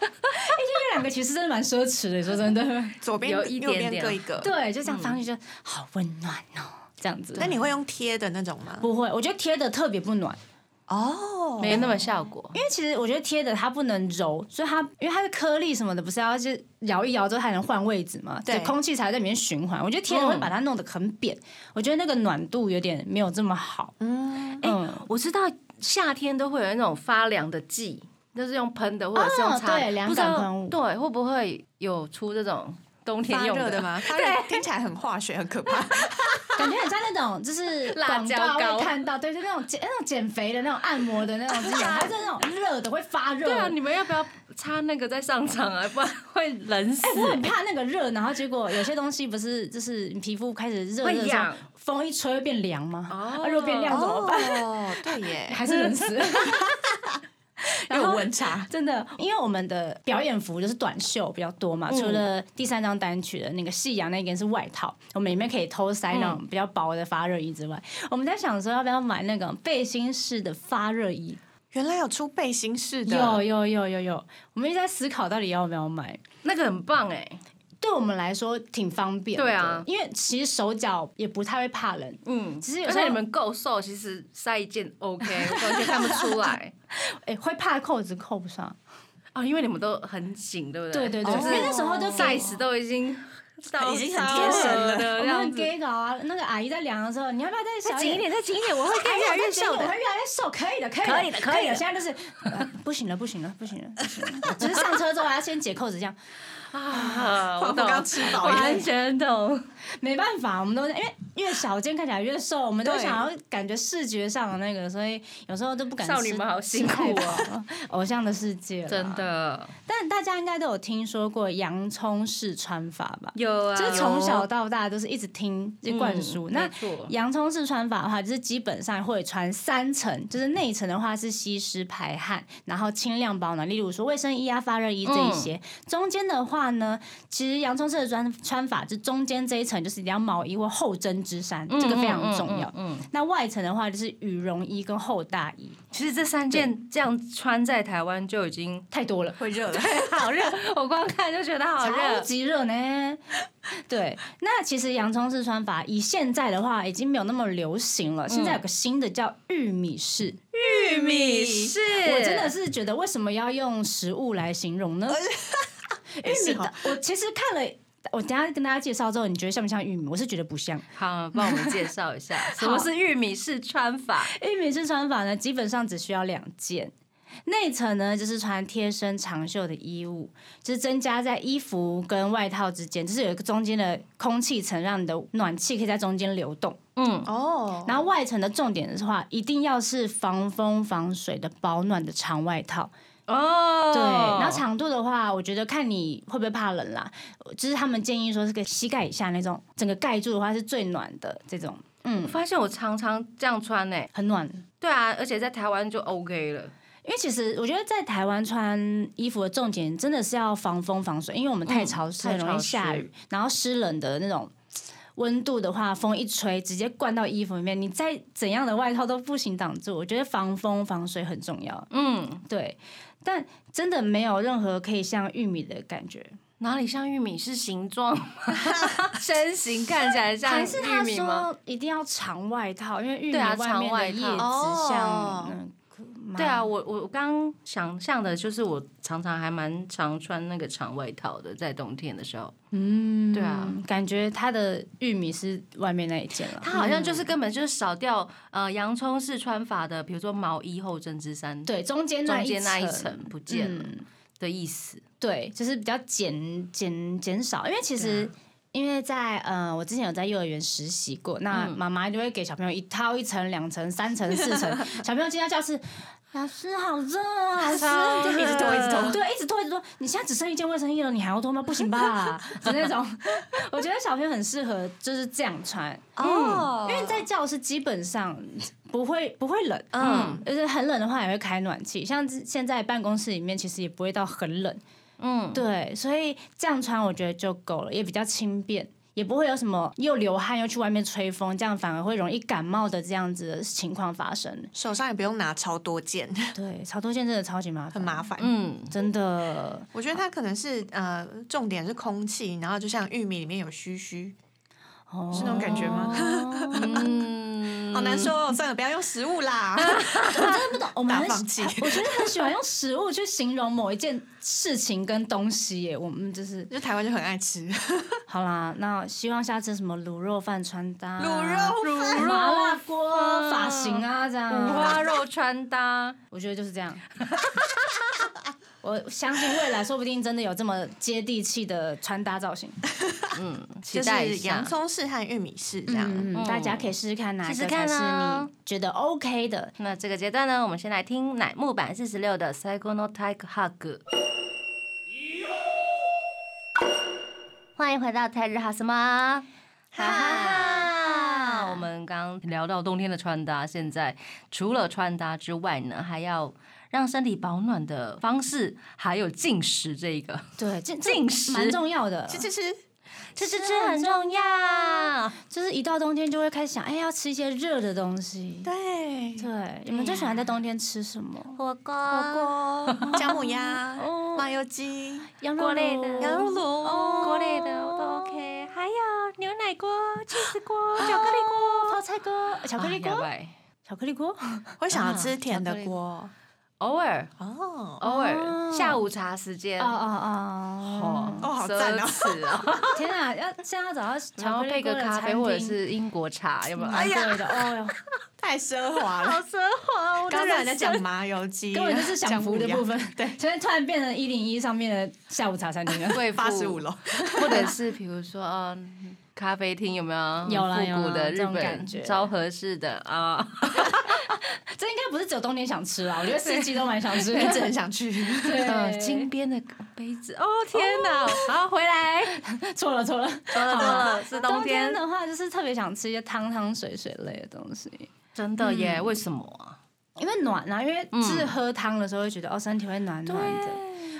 [SPEAKER 4] 用两个其实真的蛮奢侈的， 说真的。嗯
[SPEAKER 3] 左边
[SPEAKER 1] 有一
[SPEAKER 3] 右
[SPEAKER 1] 点
[SPEAKER 3] 边
[SPEAKER 1] 点
[SPEAKER 3] 各一个。
[SPEAKER 4] 对，就这样放进去就、好温暖哦，这样子。
[SPEAKER 3] 那你会用贴的那种吗？
[SPEAKER 4] 不会？我觉得贴的特别不暖，
[SPEAKER 3] 哦，
[SPEAKER 1] 没那么效果。
[SPEAKER 4] 因为其实我觉得贴的它不能揉，所以它因为它的颗粒什么的，不是要就是摇一摇之后它才能换位置嘛，
[SPEAKER 3] 对
[SPEAKER 4] 就空气才在里面循环。我觉得贴的
[SPEAKER 1] 嗯
[SPEAKER 4] 会把它弄得很扁，我觉得那个暖度有点没有这么好。
[SPEAKER 3] 嗯，
[SPEAKER 1] 哎
[SPEAKER 4] 嗯，
[SPEAKER 1] 我知道夏天都会有那种发凉的剂，就是用喷的或者是用擦的，
[SPEAKER 4] 哦对凉
[SPEAKER 1] 不知道
[SPEAKER 4] 感喷雾
[SPEAKER 1] 对会不会有出这种冬天
[SPEAKER 3] 发
[SPEAKER 1] 用
[SPEAKER 3] 热的？吗？发热听起来很化学，很可怕。
[SPEAKER 4] 感觉很像那种就是
[SPEAKER 1] 辣
[SPEAKER 4] 广
[SPEAKER 1] 椒
[SPEAKER 4] 告
[SPEAKER 1] 膏
[SPEAKER 4] 会看到，对，就那种减那种减肥的那种按摩的那种 机器，它是那种热的会发热。
[SPEAKER 1] 对
[SPEAKER 3] 嗯
[SPEAKER 1] 啊，你们要不要擦那个再上场啊？不 然会冷死。
[SPEAKER 4] 哎我很怕那个热，然后结果有些东西不是就是你皮肤开始热
[SPEAKER 1] 会
[SPEAKER 4] 的时候
[SPEAKER 1] 痒，
[SPEAKER 4] 风一吹会变凉吗？
[SPEAKER 1] 哦
[SPEAKER 4] 啊如果变凉怎么办？
[SPEAKER 3] 哦，对 耶，
[SPEAKER 4] 还是冷 死。
[SPEAKER 3] 又有温差。
[SPEAKER 4] 真的，因为我们的表演服就是短袖比较多嘛，除了第三张单曲的那个夕阳那件是外套，我们里面可以偷塞那种比较薄的发热衣之外，我们在想说要不要买那种背心式的发热衣。
[SPEAKER 3] 原来有出背心式的，
[SPEAKER 4] 有有有有有，我们一直在思考到底要不要买。
[SPEAKER 1] 那个很棒哎、
[SPEAKER 4] 对我们来说挺方便的，
[SPEAKER 1] 对啊
[SPEAKER 4] 因为其实手脚也不太会怕冷。
[SPEAKER 1] 嗯，
[SPEAKER 4] 其实有
[SPEAKER 1] 而
[SPEAKER 4] 时候
[SPEAKER 1] 且你们够瘦，其实塞一件 OK，我完全看不出来
[SPEAKER 4] 哎、会怕扣子扣不上。
[SPEAKER 1] 哦，因为你们都很紧，对不对？
[SPEAKER 4] 对对对，
[SPEAKER 3] 哦
[SPEAKER 4] 因为那时候就给
[SPEAKER 1] 赛时都已经到
[SPEAKER 3] 已经很
[SPEAKER 1] 超
[SPEAKER 3] 贴身
[SPEAKER 1] 了
[SPEAKER 3] 了
[SPEAKER 1] 的
[SPEAKER 4] 我们
[SPEAKER 1] 啊样
[SPEAKER 4] 很
[SPEAKER 1] 子。
[SPEAKER 4] gay 搞啊，那个阿姨在量的时候，你要不要再小
[SPEAKER 1] 紧一点，再紧一点，我会
[SPEAKER 4] 哎
[SPEAKER 1] 更
[SPEAKER 4] 呀
[SPEAKER 1] 越来越瘦
[SPEAKER 4] 我
[SPEAKER 1] 的
[SPEAKER 4] 会。越来越瘦，可以的，可以的，
[SPEAKER 1] 可以的可以的
[SPEAKER 4] 现在就是、呃不行了，不行了，不行了，不行了只是上车之后还要先解扣子，这样
[SPEAKER 1] 啊，我
[SPEAKER 3] 仿
[SPEAKER 1] 懂
[SPEAKER 3] 佛，刚吃饱 一
[SPEAKER 1] 完
[SPEAKER 3] 样。
[SPEAKER 1] 全懂。
[SPEAKER 4] 没办法，我们都因为越小间看起来越瘦，我们都
[SPEAKER 3] 对
[SPEAKER 4] 想要感觉视觉上的那个，所以有时候都不敢吃。
[SPEAKER 1] 少女们好辛苦啊
[SPEAKER 4] 哦，偶像的世界，
[SPEAKER 1] 真。的
[SPEAKER 4] 但大家应该都有听说过洋葱式穿法吧？
[SPEAKER 1] 有啊，
[SPEAKER 4] 就是从小到大都是一直听就灌输。
[SPEAKER 1] 嗯
[SPEAKER 4] 那
[SPEAKER 1] 没错
[SPEAKER 4] 洋葱式穿法的话，就是基本上会穿三层，就是内层的话是吸湿排汗，然后轻量保暖，例如说卫生衣啊、发热衣这一些。
[SPEAKER 1] 嗯
[SPEAKER 4] 中间的话呢，其实洋葱式的穿穿法，就中间这一层就是一定要毛衣或厚针织衫，这个非常重要。
[SPEAKER 1] 嗯，
[SPEAKER 4] 那外层的话就是羽绒衣跟厚大衣，
[SPEAKER 1] 其实这三件这样穿在台湾就已经
[SPEAKER 4] 太多了。
[SPEAKER 3] 会热 的，
[SPEAKER 1] 好热，我光看就觉得好
[SPEAKER 4] 超
[SPEAKER 1] 热。
[SPEAKER 4] 级热呢。对，那其实洋葱式穿法，以现在的话已经没有那么流行了。现在有个新的叫玉米式，
[SPEAKER 1] 玉米是，
[SPEAKER 4] 我真的是觉得为什么要用食物来形容呢？玉米的，我其实看了。我等一下跟大家介绍之后，你觉得像不像玉米？我是觉得不像。
[SPEAKER 1] 好，帮我们介绍一 下什么是玉米式穿法。
[SPEAKER 4] 玉米式穿法呢，基本上只需要两件。内层呢，就是穿贴身长袖的衣物，就是增加在衣服跟外套之间，就是有一个中间的空气层，让你的暖气可以在中间流动。
[SPEAKER 1] 嗯，
[SPEAKER 3] 哦，
[SPEAKER 4] 然后外层的重点的话，一定要是防风防水的保暖的长外套。
[SPEAKER 1] 哦，
[SPEAKER 4] 对，然后长度的话，我觉得看你会不会怕冷啦。就是他们建议说是个膝盖以下那种，整个盖住的话是最暖的这种，嗯
[SPEAKER 1] 我，发现我常常这样穿呢、
[SPEAKER 4] 很暖。
[SPEAKER 1] 对啊，而且在台湾就 OK 了。
[SPEAKER 4] 因为其实我觉得在台湾穿衣服的重点真的是要防风防水，因为我们太潮湿，
[SPEAKER 1] 嗯太
[SPEAKER 4] 很容易
[SPEAKER 1] 潮湿
[SPEAKER 4] 下雨，然后湿冷的那种。温度的话，风一吹直接灌到衣服里面，你再怎样的外套都不行挡住。我觉得防风防水很重要，
[SPEAKER 1] 嗯，
[SPEAKER 4] 对。但真的没有任何可以像玉米的感觉，
[SPEAKER 1] 哪里像玉米是形状 吗？身形看起来像
[SPEAKER 4] 还是
[SPEAKER 1] 玉
[SPEAKER 4] 他
[SPEAKER 1] 米吗？
[SPEAKER 4] 说一定要长外套，因为玉米
[SPEAKER 1] 对啊
[SPEAKER 4] 外面
[SPEAKER 1] 长外
[SPEAKER 4] 的
[SPEAKER 1] 套
[SPEAKER 4] 叶子
[SPEAKER 3] 哦
[SPEAKER 4] 像那个
[SPEAKER 1] 对啊，，我我刚想象的就是我常常还蛮常穿那个长外套的，在冬天的时候，
[SPEAKER 4] 嗯，
[SPEAKER 1] 对啊，
[SPEAKER 4] 感觉它的玉米是外面那一件了。
[SPEAKER 1] 它好像就是根本就是少掉呃洋葱式穿法的，比如说毛衣后针织衫，，
[SPEAKER 4] 对，中间
[SPEAKER 1] 中
[SPEAKER 4] 一
[SPEAKER 1] 间那一层不见了
[SPEAKER 4] 嗯，
[SPEAKER 1] 的意思。
[SPEAKER 4] 对，就是比较减减减少，因为其实。因为在呃，我之前有在幼儿园实习过，那妈妈就会给小朋友一套一层、两层、三层、四层，小朋友进到教室，老师好热啊，老师
[SPEAKER 1] 超热
[SPEAKER 4] 就一直拖一直拖，对，一直拖一直拖，你现在只剩一件卫生衣了，你还要拖吗？不行吧，就那种，我觉得小朋友很适合就是这样穿，嗯
[SPEAKER 3] 哦，
[SPEAKER 4] 因为在教室基本上不会不会冷，
[SPEAKER 3] 嗯
[SPEAKER 4] 而且很冷的话也会开暖气，像之现在办公室里面其实也不会到很冷，
[SPEAKER 1] 嗯，
[SPEAKER 4] 对，所以这样穿我觉得就够了，也比较轻便，也不会有什么又流汗又去外面吹风，这样反而会容易感冒的这样子的情况发生。
[SPEAKER 3] 手上也不用拿超多件，
[SPEAKER 4] 对，超多件真的超级麻烦，
[SPEAKER 3] 很麻烦。
[SPEAKER 1] 嗯，
[SPEAKER 4] 真的。
[SPEAKER 3] 我觉得它可能是呃，重点是空气，然后就像玉米里面有须须，
[SPEAKER 4] 哦
[SPEAKER 3] 是那种感觉吗？
[SPEAKER 1] 嗯，
[SPEAKER 3] 好难说哦。算了，不要用食物 啦。
[SPEAKER 4] 我 真的不懂，我们
[SPEAKER 3] 大
[SPEAKER 4] 很
[SPEAKER 3] 放弃
[SPEAKER 4] 我觉得很喜欢用食物去形容某一件事情跟东西耶。我们就是
[SPEAKER 3] 就台湾就很爱吃
[SPEAKER 4] 好啦，那希望下次什么卤肉饭穿搭啊、
[SPEAKER 3] 卤肉饭，
[SPEAKER 4] 卤麻辣 锅
[SPEAKER 1] 饭
[SPEAKER 4] 发型啊，这样
[SPEAKER 1] 五花肉穿搭，
[SPEAKER 4] 我觉得就是这样。 我相信未来说不定真的有这么接地气的穿搭造型，
[SPEAKER 1] 嗯，期
[SPEAKER 3] 就
[SPEAKER 1] 待一
[SPEAKER 3] 是
[SPEAKER 1] 下
[SPEAKER 3] 洋。葱式和玉米式这样。
[SPEAKER 4] 嗯，
[SPEAKER 1] 嗯
[SPEAKER 4] 大家可以试试看哪一
[SPEAKER 1] 试试
[SPEAKER 4] 个才
[SPEAKER 1] 看
[SPEAKER 4] 是
[SPEAKER 1] 啊
[SPEAKER 4] 你觉得 OK 的。
[SPEAKER 1] 那这个阶段呢，我们先来听乃木坂四十六的《Psychonotic Hug》。欢迎回到泰日哈什么？哈哈哈！我们刚刚聊到冬天的穿搭，现在除了穿搭之外呢，还要让身体保暖的方式，还有进食这一 个，
[SPEAKER 4] 对，这这
[SPEAKER 1] 进食
[SPEAKER 4] 蛮重要的。
[SPEAKER 3] 吃吃吃，
[SPEAKER 1] 吃吃吃很重要。
[SPEAKER 4] 就是一到冬天就会开始想，哎，要吃一些热的东西。
[SPEAKER 3] 对，
[SPEAKER 4] 对，你们最喜欢在冬天吃什么？
[SPEAKER 1] 火锅，
[SPEAKER 3] 火锅、姜母鸭、
[SPEAKER 4] 哦
[SPEAKER 3] 麻油鸡、
[SPEAKER 4] 羊
[SPEAKER 1] 锅类的
[SPEAKER 3] 羊肉炉，哦
[SPEAKER 1] 锅类的我都 OK，还有牛奶锅、cheese 锅、巧克力锅、
[SPEAKER 4] 泡菜锅、巧克力
[SPEAKER 1] 啊要
[SPEAKER 4] 锅、
[SPEAKER 1] 不然
[SPEAKER 4] 巧克力锅。
[SPEAKER 3] 会想要
[SPEAKER 1] 啊
[SPEAKER 3] 吃甜
[SPEAKER 4] 巧克
[SPEAKER 3] 的
[SPEAKER 4] 力
[SPEAKER 3] 锅
[SPEAKER 1] 偶尔
[SPEAKER 3] 哦。
[SPEAKER 1] 偶尔
[SPEAKER 4] 哦
[SPEAKER 1] 下午茶时间
[SPEAKER 4] 哦
[SPEAKER 1] 嗯
[SPEAKER 4] 哦哦！
[SPEAKER 3] 哦好赞哦
[SPEAKER 1] 奢侈哦，
[SPEAKER 4] 天啊，要现在要找到
[SPEAKER 1] 然
[SPEAKER 4] 巧
[SPEAKER 1] 后
[SPEAKER 4] 克力
[SPEAKER 1] 配
[SPEAKER 4] 锅
[SPEAKER 1] 个
[SPEAKER 4] 的
[SPEAKER 1] 咖啡
[SPEAKER 4] 餐
[SPEAKER 1] 或者
[SPEAKER 4] 厅
[SPEAKER 1] 是哎英国茶，有没有？
[SPEAKER 4] 蛮贵的 哦哟，
[SPEAKER 3] 太奢华 了。
[SPEAKER 1] 奢华，我
[SPEAKER 3] 刚才还在讲麻油鸡，
[SPEAKER 4] 根本就是享福的部
[SPEAKER 3] 分。
[SPEAKER 4] 分。对，现在突然变成一零一上面的下午茶餐厅了。
[SPEAKER 1] 贵妇
[SPEAKER 3] 八十五，楼，
[SPEAKER 1] 或者是比如说嗯。咖啡厅有没有
[SPEAKER 4] 有啦
[SPEAKER 1] 很
[SPEAKER 4] 有
[SPEAKER 1] 复
[SPEAKER 4] 啦
[SPEAKER 1] 古的日
[SPEAKER 4] 这种感
[SPEAKER 1] 本
[SPEAKER 4] 觉
[SPEAKER 1] 超合适的啊？
[SPEAKER 4] 这应该不是只有冬天想吃啊啦，我觉得四季都蛮想吃。
[SPEAKER 3] 一直很想去。
[SPEAKER 1] 呃
[SPEAKER 4] 对，
[SPEAKER 1] 金边的杯子，哦天哪！好回来，
[SPEAKER 4] 错了错了。
[SPEAKER 1] 说了说了，是
[SPEAKER 4] 冬
[SPEAKER 1] 冬天
[SPEAKER 4] 的话，就是特别想吃一些汤汤水水类的东西，
[SPEAKER 1] 真的耶？为什么啊？
[SPEAKER 4] 因为暖啊，因为
[SPEAKER 1] 嗯
[SPEAKER 4] 是喝汤的时候会觉得、哦，身体会暖暖的。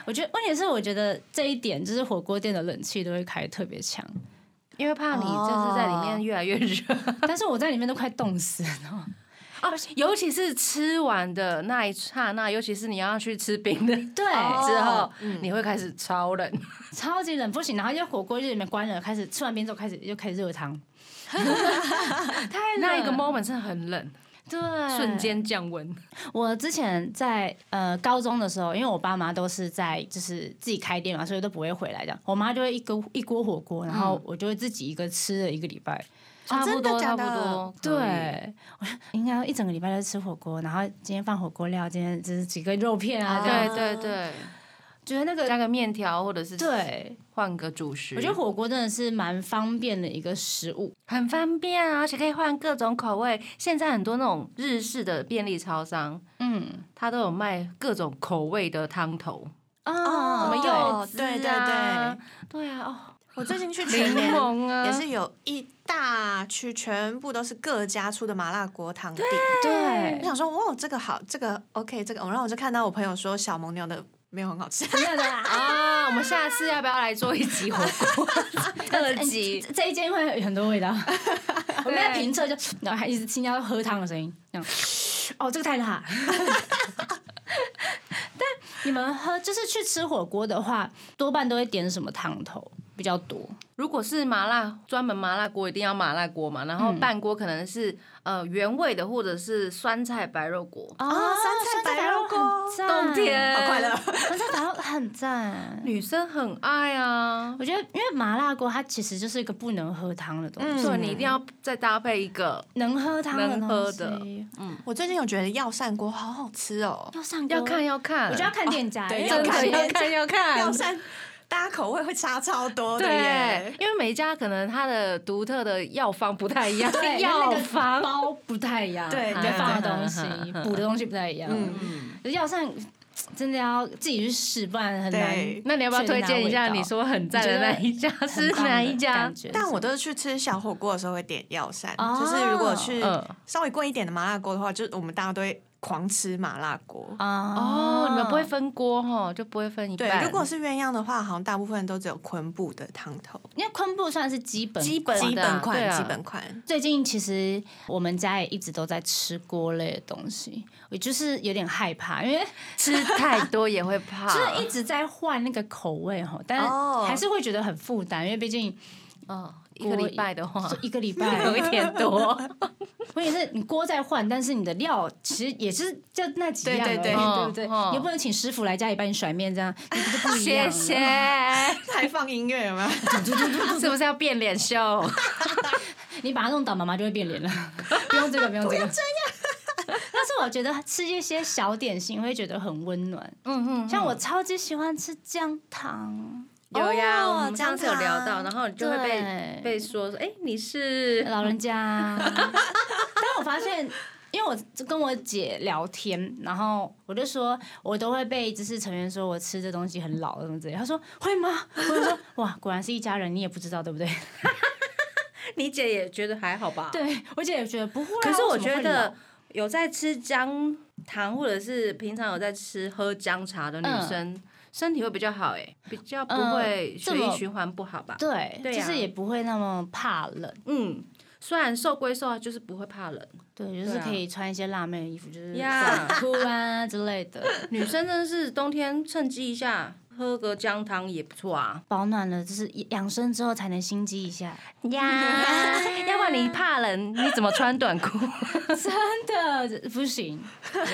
[SPEAKER 4] 我觉得问题是，我觉得这一点就是火锅店的冷气都会开特别强，
[SPEAKER 1] 因为怕你就是在里面越来越热
[SPEAKER 4] 但是我在里面都快冻死了。
[SPEAKER 1] 啊，尤其是吃完的那一刹那，尤其是你要去吃冰的
[SPEAKER 4] 对，
[SPEAKER 3] 哦
[SPEAKER 1] 之后
[SPEAKER 3] 嗯，
[SPEAKER 1] 你会开始超冷。
[SPEAKER 4] 超级冷不行，然后就火锅就里面关了，开始吃完冰之后开始又开始 热汤，太冷
[SPEAKER 1] 那一个 moment 真的很冷，
[SPEAKER 4] 对，
[SPEAKER 1] 瞬。间降温。
[SPEAKER 4] 我之前在呃高中的时候，因为我爸妈都是在就是自己开店嘛，所以都不会回来这样。我妈就会一锅一锅火锅，然
[SPEAKER 1] 嗯
[SPEAKER 4] 后我就会自己一个吃了一个礼拜。
[SPEAKER 1] 差不多，
[SPEAKER 3] 真的
[SPEAKER 1] 差
[SPEAKER 3] 假
[SPEAKER 1] 不
[SPEAKER 3] 的
[SPEAKER 1] 多，
[SPEAKER 4] 对，
[SPEAKER 1] 可以
[SPEAKER 4] 我应该一整个礼拜都在吃火锅，然后今天放火锅料，今天就是几个肉片啊，这样、
[SPEAKER 3] 啊
[SPEAKER 1] 对对对，
[SPEAKER 4] 觉得那个
[SPEAKER 1] 加个面条或者是
[SPEAKER 4] 对，
[SPEAKER 1] 换个主食，
[SPEAKER 4] 我觉得火锅真的是蛮方便的一个食物。
[SPEAKER 1] 很方便啊，而且可以换各种口味。现在很多那种日式的便利超商，
[SPEAKER 4] 嗯
[SPEAKER 1] 它都有卖各种口味的汤头，
[SPEAKER 4] 啊
[SPEAKER 1] 什么
[SPEAKER 3] 哦
[SPEAKER 1] 柚子
[SPEAKER 3] 对对
[SPEAKER 1] 啊对啊，哦，
[SPEAKER 3] 我最近去全
[SPEAKER 1] 柠
[SPEAKER 3] 联
[SPEAKER 1] 檬啊，
[SPEAKER 3] 也是有一大区，全部都是各家出的麻辣锅汤底。
[SPEAKER 4] 对
[SPEAKER 3] 我，想说，哇，这个好，这个 OK，这个。然后我就看到我朋友说小蒙牛的 没有很好吃，
[SPEAKER 4] 真的啦。
[SPEAKER 1] 啊，我们下次要不要来做一集火锅 特
[SPEAKER 4] 哎
[SPEAKER 1] 辑？
[SPEAKER 4] 这这一间会有很多味 道。我们在评测就，然后还一直听到喝汤的声音，这样。 哦，这个太 辣。但你们喝就是去吃火锅的话，多半都会点什么汤头比较多？
[SPEAKER 1] 如果是麻辣专门麻辣锅，一定要麻辣锅嘛，然后半锅可能是、呃原味的，或者是酸菜白肉锅。
[SPEAKER 4] 哦，
[SPEAKER 3] 酸菜白肉锅
[SPEAKER 4] 酸菜白肉很赞
[SPEAKER 1] 冬天
[SPEAKER 3] 好快乐。
[SPEAKER 4] 酸菜白肉很赞。
[SPEAKER 1] 女生很爱啊，
[SPEAKER 4] 我觉得，因为麻辣锅它其实就是一个不能喝汤的东西，
[SPEAKER 1] 所以你一定要再搭配一个
[SPEAKER 4] 能喝汤的
[SPEAKER 1] 嗯能喝的
[SPEAKER 4] 东西
[SPEAKER 3] 我最近有觉得药膳锅好好吃哦，
[SPEAKER 4] 要上锅
[SPEAKER 1] 要看，要看，
[SPEAKER 4] 我觉得要看店家，
[SPEAKER 3] 对
[SPEAKER 4] 因为
[SPEAKER 1] 真
[SPEAKER 3] 要看
[SPEAKER 1] 的要
[SPEAKER 3] 店
[SPEAKER 1] 看要
[SPEAKER 3] 药
[SPEAKER 1] 看。
[SPEAKER 3] 膳大家口味会差超多
[SPEAKER 1] 嗯
[SPEAKER 3] 的
[SPEAKER 1] 对
[SPEAKER 3] 耶。，
[SPEAKER 1] 因为每一家可能它的独特的药方不太一样，
[SPEAKER 4] 对，
[SPEAKER 1] 药
[SPEAKER 4] 那个
[SPEAKER 1] 方
[SPEAKER 4] 包 不太一样，
[SPEAKER 3] 对
[SPEAKER 4] 你
[SPEAKER 3] 对嗯
[SPEAKER 4] 放的
[SPEAKER 1] 对
[SPEAKER 4] 东西补的东西不太一样。
[SPEAKER 1] 嗯
[SPEAKER 4] 药膳真的要自己去试，不然很难。
[SPEAKER 3] 对
[SPEAKER 1] 那你要不要推荐一下你说很赞的那一家
[SPEAKER 4] 很
[SPEAKER 1] 是
[SPEAKER 4] 棒的
[SPEAKER 1] 哪一家
[SPEAKER 4] 感？觉
[SPEAKER 3] 但我都是去吃小火锅的时候会点药膳，
[SPEAKER 4] 哦
[SPEAKER 3] 就是如果去
[SPEAKER 1] 嗯
[SPEAKER 3] 稍微贵一点的麻辣锅的话，就我们大家都会狂吃麻辣锅。
[SPEAKER 4] 啊
[SPEAKER 1] 哦，你们不会分锅哈，就不会分一
[SPEAKER 3] 对
[SPEAKER 1] 半。，
[SPEAKER 3] 如果是鸳鸯的话，好像大部分都只有昆布的汤头，
[SPEAKER 4] 因为昆布算是基本
[SPEAKER 1] 基本
[SPEAKER 3] 基本款，
[SPEAKER 1] 对啊
[SPEAKER 3] 基本款。
[SPEAKER 4] 最近其实我们家也一直都在吃锅类的东西，我就是有点害怕，因为
[SPEAKER 1] 吃太多也会怕，
[SPEAKER 4] 就是一直在换那个口味哈，但
[SPEAKER 3] 哦
[SPEAKER 4] 是还是会觉得很负担，因为毕竟
[SPEAKER 1] 哦，一个礼拜的话
[SPEAKER 4] 就一个礼 拜
[SPEAKER 1] 有一点 多。
[SPEAKER 4] 关键是你锅在换，但是你的料其实也是就那几样而已，
[SPEAKER 3] 对对对
[SPEAKER 4] 对不对？
[SPEAKER 1] 嗯嗯
[SPEAKER 4] 你又不能请师傅来家里帮你甩面这样，你不就不一样 啊
[SPEAKER 1] 谢
[SPEAKER 4] 了？
[SPEAKER 1] 谢，
[SPEAKER 3] 还放音乐 有没有？
[SPEAKER 1] 是不是要变脸
[SPEAKER 4] 哦
[SPEAKER 1] 秀？
[SPEAKER 4] 你把它弄倒，妈妈就会变 脸了。不用这个，不用这个。 但是我觉得吃一些小点心会觉得很温暖，
[SPEAKER 1] 嗯嗯，
[SPEAKER 4] 像我超级喜欢吃姜 糖，
[SPEAKER 1] 有呀，
[SPEAKER 3] 哦
[SPEAKER 1] 我们上次有聊到，
[SPEAKER 3] 姜糖
[SPEAKER 1] 然后你就会被
[SPEAKER 4] 啊对呃
[SPEAKER 1] 被说说，哎，你是
[SPEAKER 4] 老人家。但我发现，因为我跟我姐聊天，然后我就说，我都会被就是成员说我吃这东西很老什么之类的。她说会吗？我就说哇，果然是一家人，你也不知道对不对？
[SPEAKER 1] 你姐也觉得还好吧？。
[SPEAKER 4] 对我姐也觉得不会啊、
[SPEAKER 1] 可是我
[SPEAKER 4] 为什么
[SPEAKER 1] 觉
[SPEAKER 4] 会
[SPEAKER 1] 得
[SPEAKER 4] 老
[SPEAKER 1] 有在吃姜糖，或者是平常有在吃喝姜茶的女生，身体会比较好、欸，比较不会
[SPEAKER 4] 嗯
[SPEAKER 1] 血
[SPEAKER 4] 这
[SPEAKER 1] 液
[SPEAKER 4] 么
[SPEAKER 1] 循环不好吧？
[SPEAKER 4] 对，
[SPEAKER 1] 对啊
[SPEAKER 4] 就是也不会那么怕冷。
[SPEAKER 1] 嗯，虽然瘦归瘦，就是不会怕冷。
[SPEAKER 4] 对，就是
[SPEAKER 1] 对啊
[SPEAKER 4] 可以穿一些辣妹的衣服，就是
[SPEAKER 1] 呀
[SPEAKER 4] 短裤啊之类的，
[SPEAKER 1] 女生真的是冬天趁机一下，喝个姜汤也不错啊。
[SPEAKER 4] 保暖了，就是养生之后才能心机一下。
[SPEAKER 1] 呀， 要不然你怕冷，你怎么穿短裤
[SPEAKER 4] 真的不行，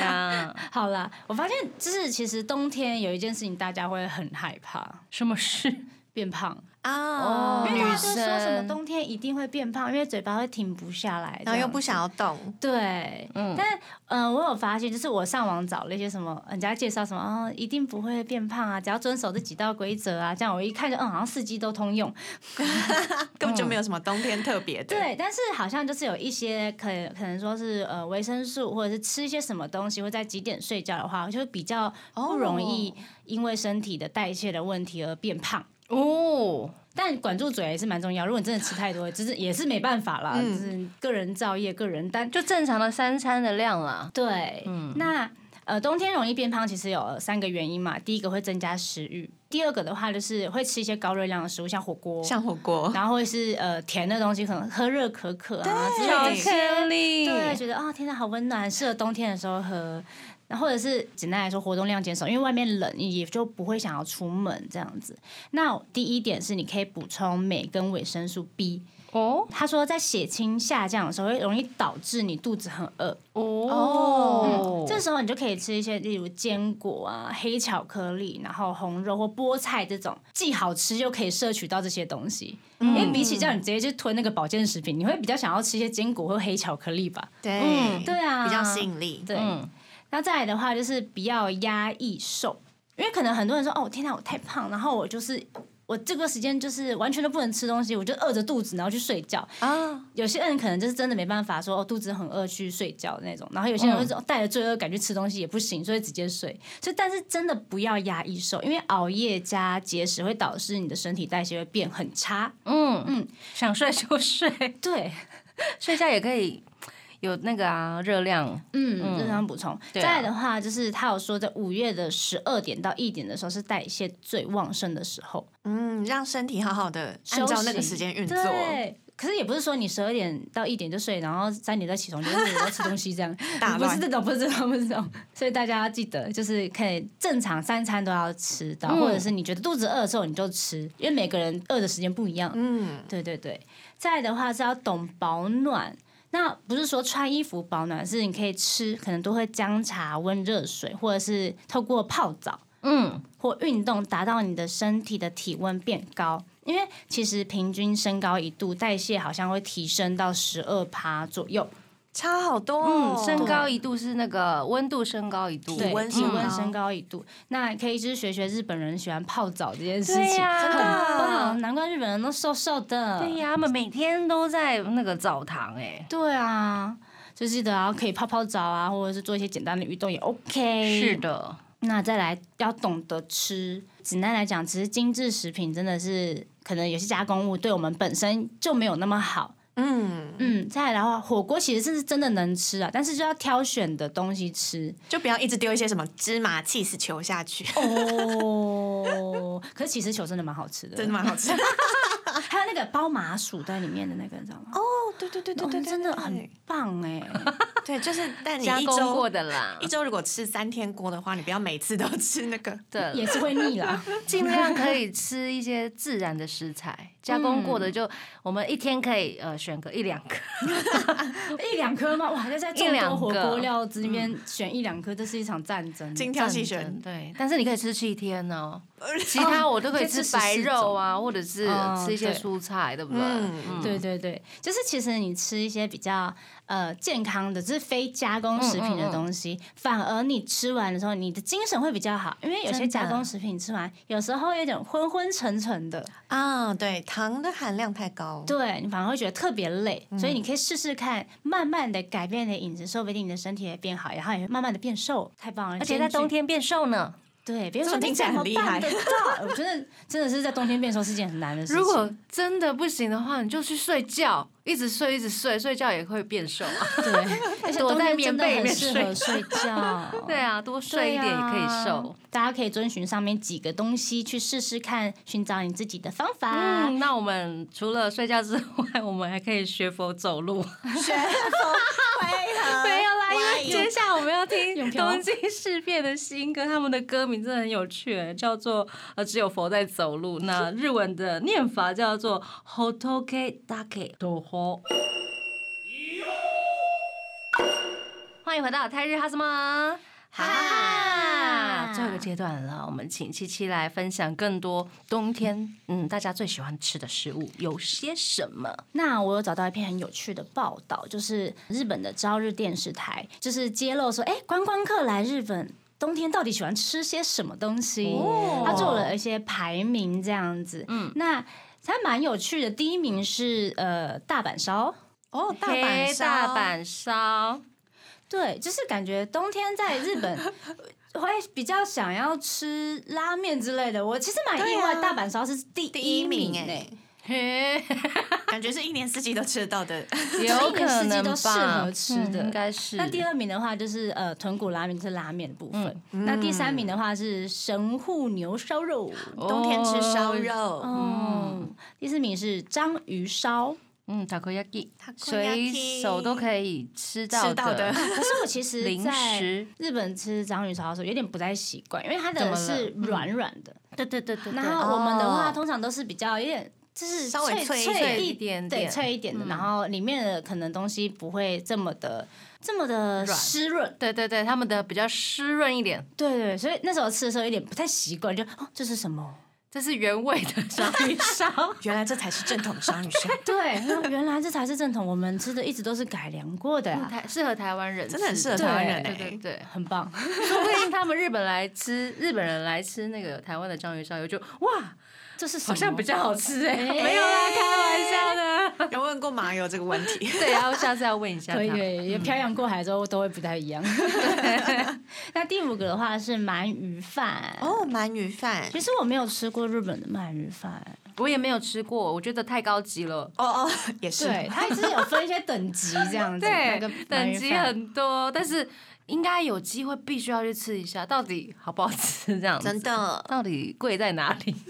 [SPEAKER 1] 呀？
[SPEAKER 4] 好啦，我发现就是其实冬天有一件事情大家会很害怕，
[SPEAKER 1] 什么事？
[SPEAKER 4] 变胖。
[SPEAKER 3] 啊，
[SPEAKER 1] 哦
[SPEAKER 4] 因为大家就
[SPEAKER 1] 女生
[SPEAKER 4] 说什么冬天一定会变胖，因为嘴巴会停不下来，
[SPEAKER 3] 然后又不
[SPEAKER 4] 这样子
[SPEAKER 3] 想要动，
[SPEAKER 4] 对，但呃，我有发现，就是我上网找了一些什么，人家介绍什么，哦，一定不会变胖啊，只要遵守这几道规则啊，这样我一看就，嗯，好像四季都通用。
[SPEAKER 3] 根本就没有什么冬天特别的。
[SPEAKER 4] 嗯对，但是好像就是有一些可可能说是呃维生素，或者是吃一些什么东西，或在几点睡觉的话，就比较不
[SPEAKER 3] 哦
[SPEAKER 4] 容易因为身体的代谢的问题而变胖。
[SPEAKER 1] 哦，
[SPEAKER 4] 但管住嘴也是蛮重要，如果你真的吃太多，就是也是没办法啦，
[SPEAKER 3] 嗯
[SPEAKER 4] 就是个人造业，个人担。
[SPEAKER 1] 就正常的三餐的量啦。
[SPEAKER 4] 对，
[SPEAKER 3] 嗯
[SPEAKER 4] 那呃，冬天容易变胖，其实有三个原因嘛。第一个会增加食欲，第二个的话就是会吃一些高热量的食物，像火锅，
[SPEAKER 3] 像火锅，
[SPEAKER 4] 然后会是呃甜的东西，可能喝热可可啊之
[SPEAKER 3] 巧
[SPEAKER 4] 类的。
[SPEAKER 1] 克力
[SPEAKER 4] 对，觉得啊、天哪，好温暖，适合冬天的时候喝。然后或者是简单来说，活动量减少，因为外面冷，你也就不会想要出门这样子。那第一点是，你可以补充镁跟维生素 B。
[SPEAKER 1] 哦，
[SPEAKER 4] 他说，在血清下降的时候，会容易导致你肚子很饿。
[SPEAKER 1] 哦
[SPEAKER 4] 嗯，这时候你就可以吃一些，例如坚果啊、黑巧克力，然后红肉或菠菜这种，既好吃又可以摄取到这些东西。因为比起叫你直接去吞那个保健食品，你会比较想要吃一些坚果或黑巧克力吧？
[SPEAKER 3] 对
[SPEAKER 4] 对啊，
[SPEAKER 3] 比较吸引力。
[SPEAKER 4] 对。
[SPEAKER 1] 嗯
[SPEAKER 4] 那再来的话，就是不要压抑瘦，因为可能很多人说，哦，天哪，我太胖，然后我就是。我这个时间就是完全都不能吃东西，我就饿着肚子然后去睡觉。
[SPEAKER 3] 啊，
[SPEAKER 4] 有些人可能就是真的没办法说哦肚子很饿去睡觉的那种，然后有些人会说带着罪恶感去吃东西也不行，所以直接睡。所以但是真的不要压抑瘦，因为熬夜加节食会导致你的身体代谢会变很差。
[SPEAKER 1] 嗯嗯，想睡就睡，
[SPEAKER 4] 对，
[SPEAKER 1] 睡觉也可以有那个啊热量。
[SPEAKER 4] 嗯，这是想补充。
[SPEAKER 1] 对
[SPEAKER 4] 再
[SPEAKER 1] 啊
[SPEAKER 4] 来的话，就是他有说在五月的十二点到一点的时候是代谢最旺盛的时候，
[SPEAKER 3] 嗯，让身体好好的按照那个时间运作。
[SPEAKER 4] 对。可是也不是说你十二点到一点就睡，然后三点再起床，就是你要吃东西这样
[SPEAKER 3] 大。
[SPEAKER 4] 不
[SPEAKER 3] 乱
[SPEAKER 4] 是这种，不是这种，不是这种。 所以大家要记得，就是可以正常三餐都要吃到，
[SPEAKER 1] 嗯
[SPEAKER 4] 或者是你觉得肚子饿的时候你就吃，因为每个人饿的时间不一样。
[SPEAKER 3] 嗯，
[SPEAKER 4] 对对对，再来的话是要懂保暖。那不是说穿衣服保暖，是你可以吃，可能都会姜茶、温热水，或者是透过泡澡
[SPEAKER 1] 嗯，
[SPEAKER 4] 或运动，达到你的身体的体温变高。因为其实平均身高一度，代谢好像会提升到十二趴左右。
[SPEAKER 3] 差好多、哦。
[SPEAKER 1] 嗯，升高一度是那个温度升高一度，嗯
[SPEAKER 4] 对，
[SPEAKER 3] 温
[SPEAKER 4] 体
[SPEAKER 3] 升
[SPEAKER 4] 嗯温
[SPEAKER 3] 高
[SPEAKER 4] 升高一度，那可以就是学学日本人喜欢泡澡这件事
[SPEAKER 1] 对
[SPEAKER 4] 情，
[SPEAKER 1] 呀
[SPEAKER 4] 很
[SPEAKER 1] 真的
[SPEAKER 4] 棒，难怪日本人都瘦瘦的。
[SPEAKER 1] 对呀，他们每天都在那个澡堂哎、
[SPEAKER 4] 对啊，就记得啊，可以泡泡澡啊，或者是做一些简单的运动也 OK。
[SPEAKER 1] 是，的，
[SPEAKER 4] 那再来要懂得吃。简单来讲，其实精致食品真的是可能有些加工物对我们本身就没有那么好。
[SPEAKER 3] 嗯，
[SPEAKER 4] 嗯，再来的话，火锅其实是真的能吃啊，但是就要挑选的东西吃。
[SPEAKER 3] 就不要一直丢一些什么芝麻 cheese 球下去，
[SPEAKER 4] 哦， 可是其实球真的蛮好吃的，啊
[SPEAKER 3] 真的蛮好吃。哦，
[SPEAKER 4] 还有那个包麻薯在里面的那个，你知道吗？哦，
[SPEAKER 3] 对对对对对，
[SPEAKER 4] 真的
[SPEAKER 3] 对
[SPEAKER 4] 很棒哎、
[SPEAKER 3] 对，就是但你
[SPEAKER 1] 加
[SPEAKER 3] 一
[SPEAKER 1] 工
[SPEAKER 3] 周
[SPEAKER 1] 过的啦
[SPEAKER 3] 一，周如果吃三天锅的话，你不要每次都吃那个。
[SPEAKER 1] 对
[SPEAKER 4] 也是会腻啦。
[SPEAKER 1] 尽量可以吃一些自然的食材，加工过的就我们一天可以呃选个一两个，
[SPEAKER 4] 一两颗吗？哇，要在众
[SPEAKER 1] 一两
[SPEAKER 4] 多
[SPEAKER 1] 个
[SPEAKER 4] 火锅料之里面选一两颗，这是一场战争。
[SPEAKER 1] 嗯
[SPEAKER 3] 精挑细
[SPEAKER 1] 真的
[SPEAKER 3] 选，
[SPEAKER 1] 对，但是你可以吃七天 哦，其他我都可以吃白肉啊，或者是
[SPEAKER 4] 哦
[SPEAKER 1] 吃一些
[SPEAKER 4] 对
[SPEAKER 1] 蔬菜，对不对？
[SPEAKER 3] 嗯
[SPEAKER 1] 嗯
[SPEAKER 4] 对对对，就是其实你吃一些比较呃健康的，就是非加工食品的东
[SPEAKER 1] 嗯
[SPEAKER 4] 西，反而你吃完的时候，你的精神会比较好，因为有些
[SPEAKER 1] 真的
[SPEAKER 4] 加工食品吃完，有时候有点昏昏沉沉的，
[SPEAKER 3] 啊，对，糖的含量太高。
[SPEAKER 4] 对你反而会觉得特别累，
[SPEAKER 1] 嗯
[SPEAKER 4] 所以你可以试试看，慢慢的改变你的饮食，说不定你的身体也变好，然后也会慢慢的变瘦，太棒了！
[SPEAKER 1] 而且在冬
[SPEAKER 4] 天。
[SPEAKER 1] 天变瘦呢。
[SPEAKER 4] 对，别
[SPEAKER 3] 这
[SPEAKER 4] 人说
[SPEAKER 3] 种
[SPEAKER 4] 你
[SPEAKER 3] 听起来
[SPEAKER 4] 怎么
[SPEAKER 3] 很厉
[SPEAKER 4] 办
[SPEAKER 3] 害
[SPEAKER 4] 得到？我觉得真的是在冬天变瘦是件很难的事情。
[SPEAKER 1] 如果真的不行的话，你就去睡觉，一直睡，一直睡，睡觉也会变瘦啊。
[SPEAKER 4] 对，而且
[SPEAKER 1] 躲
[SPEAKER 4] 冬
[SPEAKER 1] 在
[SPEAKER 4] 天
[SPEAKER 1] 棉
[SPEAKER 4] 真的
[SPEAKER 1] 被里
[SPEAKER 4] 很
[SPEAKER 1] 面
[SPEAKER 4] 适
[SPEAKER 1] 睡
[SPEAKER 4] 合睡觉。
[SPEAKER 1] 对 啊，多睡一点也可以瘦。
[SPEAKER 4] 对啊大家可以遵循上面几个东西去试试看，寻找你自己的方法。
[SPEAKER 1] 嗯，那我们除了睡觉之外，我们还可以学佛走路。
[SPEAKER 3] 旋风挥毫
[SPEAKER 1] 没有啦，因
[SPEAKER 3] 歪
[SPEAKER 1] 为接下来我们要听
[SPEAKER 4] 永平
[SPEAKER 1] 东京事变的新歌，他们的歌名真的很有趣，叫做呃只有佛在走路。那日文的念法叫做 Hotoke Dake Do Ho。欢迎回到泰日哈什么？哈，最后一个阶段了，我们请七七来分享更多冬天嗯大家最喜欢吃的食物有些什么？
[SPEAKER 4] 那我有找到一篇很有趣的报道，就是日本的朝日电视台，就是揭露说，哎、观光客来日本。冬天到底喜欢吃些什么东西？
[SPEAKER 1] 哦
[SPEAKER 4] 他做了一些排名，这样子。嗯，那还蛮有趣的。第一名是呃大阪烧，
[SPEAKER 3] 哦，大
[SPEAKER 1] 黑
[SPEAKER 3] 阪烧
[SPEAKER 1] 大阪烧，
[SPEAKER 4] 对，就是感觉冬天在日本呃会比较想要吃拉面之类的。我其实蛮意外，
[SPEAKER 3] 对啊
[SPEAKER 4] 大阪烧是第
[SPEAKER 3] 第一名
[SPEAKER 4] 哎、
[SPEAKER 3] 哎，
[SPEAKER 1] 嘿。
[SPEAKER 3] 感觉是一年四季都吃得到的。
[SPEAKER 1] 有
[SPEAKER 4] 一年四
[SPEAKER 1] 可
[SPEAKER 4] 季
[SPEAKER 1] 能
[SPEAKER 4] 都
[SPEAKER 1] 吧，
[SPEAKER 4] 适合吃的
[SPEAKER 1] 嗯应该是。
[SPEAKER 4] 那第二名的话就是呃豚骨拉面，就是拉面的部分。
[SPEAKER 3] 嗯
[SPEAKER 4] 那第三名的话是神户牛烧肉，
[SPEAKER 3] 冬天吃烧
[SPEAKER 1] 哦，
[SPEAKER 3] 肉，嗯
[SPEAKER 4] 哦，第四名是章鱼烧。
[SPEAKER 1] 嗯，takoyaki，
[SPEAKER 3] Takoyaki
[SPEAKER 1] 随手都可以吃到
[SPEAKER 3] 吃到的
[SPEAKER 4] 可是我其
[SPEAKER 3] 嗯
[SPEAKER 4] 实
[SPEAKER 1] 零
[SPEAKER 4] 在
[SPEAKER 1] 食
[SPEAKER 4] 日本吃章鱼烧的时候有点不太习惯，因为它
[SPEAKER 1] 怎么
[SPEAKER 4] 的
[SPEAKER 1] 了嗯
[SPEAKER 4] 是软软的，
[SPEAKER 1] 对对对对
[SPEAKER 4] 然后我们的话
[SPEAKER 3] 哦
[SPEAKER 4] 通常都是比较有点。就是
[SPEAKER 3] 稍微脆
[SPEAKER 4] 脆
[SPEAKER 3] 一
[SPEAKER 1] 点
[SPEAKER 4] 一对，
[SPEAKER 1] 点嗯
[SPEAKER 4] 脆一点的，然后里面的可能东西不会这么的这么的
[SPEAKER 1] 软
[SPEAKER 4] 湿润，
[SPEAKER 1] 对对对，他们的比较湿润一点，
[SPEAKER 4] 对对，所以那时候吃的时候有点不太习惯，就哦这是什么？
[SPEAKER 1] 这是原味的章鱼烧。
[SPEAKER 3] 原来这才是正统商鱼烧，
[SPEAKER 4] 对，原来这才是正统，我们吃的一直都是改良过的啊，
[SPEAKER 1] 台适合台湾人吃，
[SPEAKER 3] 真的很适合
[SPEAKER 4] 对
[SPEAKER 3] 台湾人
[SPEAKER 1] 对对
[SPEAKER 3] 哎。
[SPEAKER 1] 对，
[SPEAKER 4] 很棒。
[SPEAKER 1] 说不定他们日本来吃，日本人来吃那个台湾的章鱼烧，就哇，
[SPEAKER 4] 这是什
[SPEAKER 1] 好
[SPEAKER 4] 么
[SPEAKER 1] 像比较好吃哎，
[SPEAKER 4] 哎
[SPEAKER 1] 没有啦，开玩笑的。
[SPEAKER 3] 有问过麻友这个问 题？
[SPEAKER 1] 对啊，我下次要问一下他
[SPEAKER 4] 可以
[SPEAKER 1] 们。
[SPEAKER 4] 可以，也漂洋过海之后都会不太一样。 那第五个的话是鳗鱼饭，
[SPEAKER 3] 哦，鳗鱼饭
[SPEAKER 4] 其。实我没有吃过日本的鳗鱼饭，
[SPEAKER 1] 我也没有吃过，我觉得太高级了。
[SPEAKER 3] 哦哦，也是。
[SPEAKER 4] 对，它是有分一些等级这样子，那个
[SPEAKER 1] 等级
[SPEAKER 4] 鳗鱼饭
[SPEAKER 1] 很多，但是应该有机会必须要去吃一下，到底好不好吃这样子？
[SPEAKER 3] 真，的，
[SPEAKER 1] 到底贵在哪里？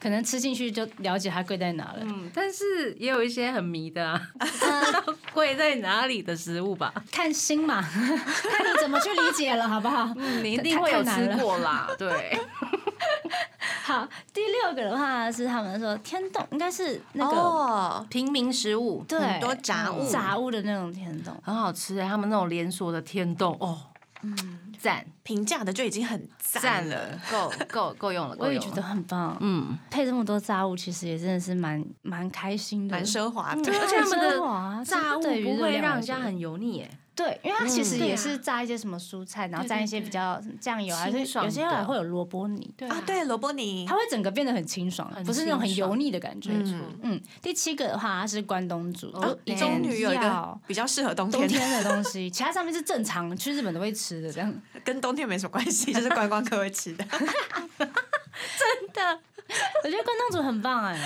[SPEAKER 4] 可能吃进去就了解它贵在哪了。
[SPEAKER 1] 嗯，但是也有一些很迷的啊，不
[SPEAKER 4] 嗯
[SPEAKER 1] 知道贵在哪里的食物吧？
[SPEAKER 4] 看心嘛， 看你怎么去理解了，好不好？
[SPEAKER 1] 嗯， 你一
[SPEAKER 4] 太
[SPEAKER 1] 定会有
[SPEAKER 4] 太难
[SPEAKER 1] 吃
[SPEAKER 4] 了
[SPEAKER 1] 过 啦，对，
[SPEAKER 4] 好，第六个的话是他们说天洞，应该是那个、
[SPEAKER 3] 哦，
[SPEAKER 1] 平民食物，
[SPEAKER 4] 对
[SPEAKER 3] 很多杂物
[SPEAKER 4] 杂物的哦那种天洞。
[SPEAKER 1] 很好吃哎、他们那种连锁的天洞哦，嗯，赞
[SPEAKER 3] 评价的就已经很赞
[SPEAKER 1] 赞了
[SPEAKER 3] 了。，
[SPEAKER 1] 够够够用了，够
[SPEAKER 4] 我也
[SPEAKER 1] 用
[SPEAKER 4] 觉
[SPEAKER 1] 了
[SPEAKER 4] 得很棒，
[SPEAKER 1] 嗯，
[SPEAKER 4] 配这么多杂物，其实也真的是蛮蛮开心的，
[SPEAKER 3] 蛮奢华的，
[SPEAKER 1] 对，而且他们
[SPEAKER 4] 啊
[SPEAKER 1] 的炸物
[SPEAKER 4] 对于
[SPEAKER 1] 不
[SPEAKER 4] 热
[SPEAKER 1] 会
[SPEAKER 4] 量
[SPEAKER 1] 让
[SPEAKER 4] 来
[SPEAKER 1] 人
[SPEAKER 4] 说
[SPEAKER 1] 家很油腻欸耶。
[SPEAKER 4] 对，因为它其
[SPEAKER 3] 嗯
[SPEAKER 4] 实也是炸一些什么蔬菜，然后蘸一些比较酱油啊，
[SPEAKER 1] 清
[SPEAKER 4] 有些
[SPEAKER 1] 爽
[SPEAKER 4] 有些还
[SPEAKER 1] 的
[SPEAKER 4] 会有萝卜泥，
[SPEAKER 1] 对
[SPEAKER 3] 啊，对，萝卜泥
[SPEAKER 4] 它，会整个变得很清爽，
[SPEAKER 1] 很
[SPEAKER 4] 不是那种很
[SPEAKER 1] 清爽
[SPEAKER 4] 油腻的感觉。
[SPEAKER 3] 嗯
[SPEAKER 4] 嗯，第七个的话它是关东煮，
[SPEAKER 1] 哦
[SPEAKER 4] 就一
[SPEAKER 3] 中
[SPEAKER 4] 定
[SPEAKER 3] 女有一个
[SPEAKER 4] 要
[SPEAKER 3] 比较适合冬
[SPEAKER 4] 冬
[SPEAKER 3] 天，
[SPEAKER 4] 天的东西，其他上面是正常去日本都会吃的这样。
[SPEAKER 3] 跟冬天没什么关 系，就是观啊光客会吃的。
[SPEAKER 4] 我觉得关东煮很棒哎、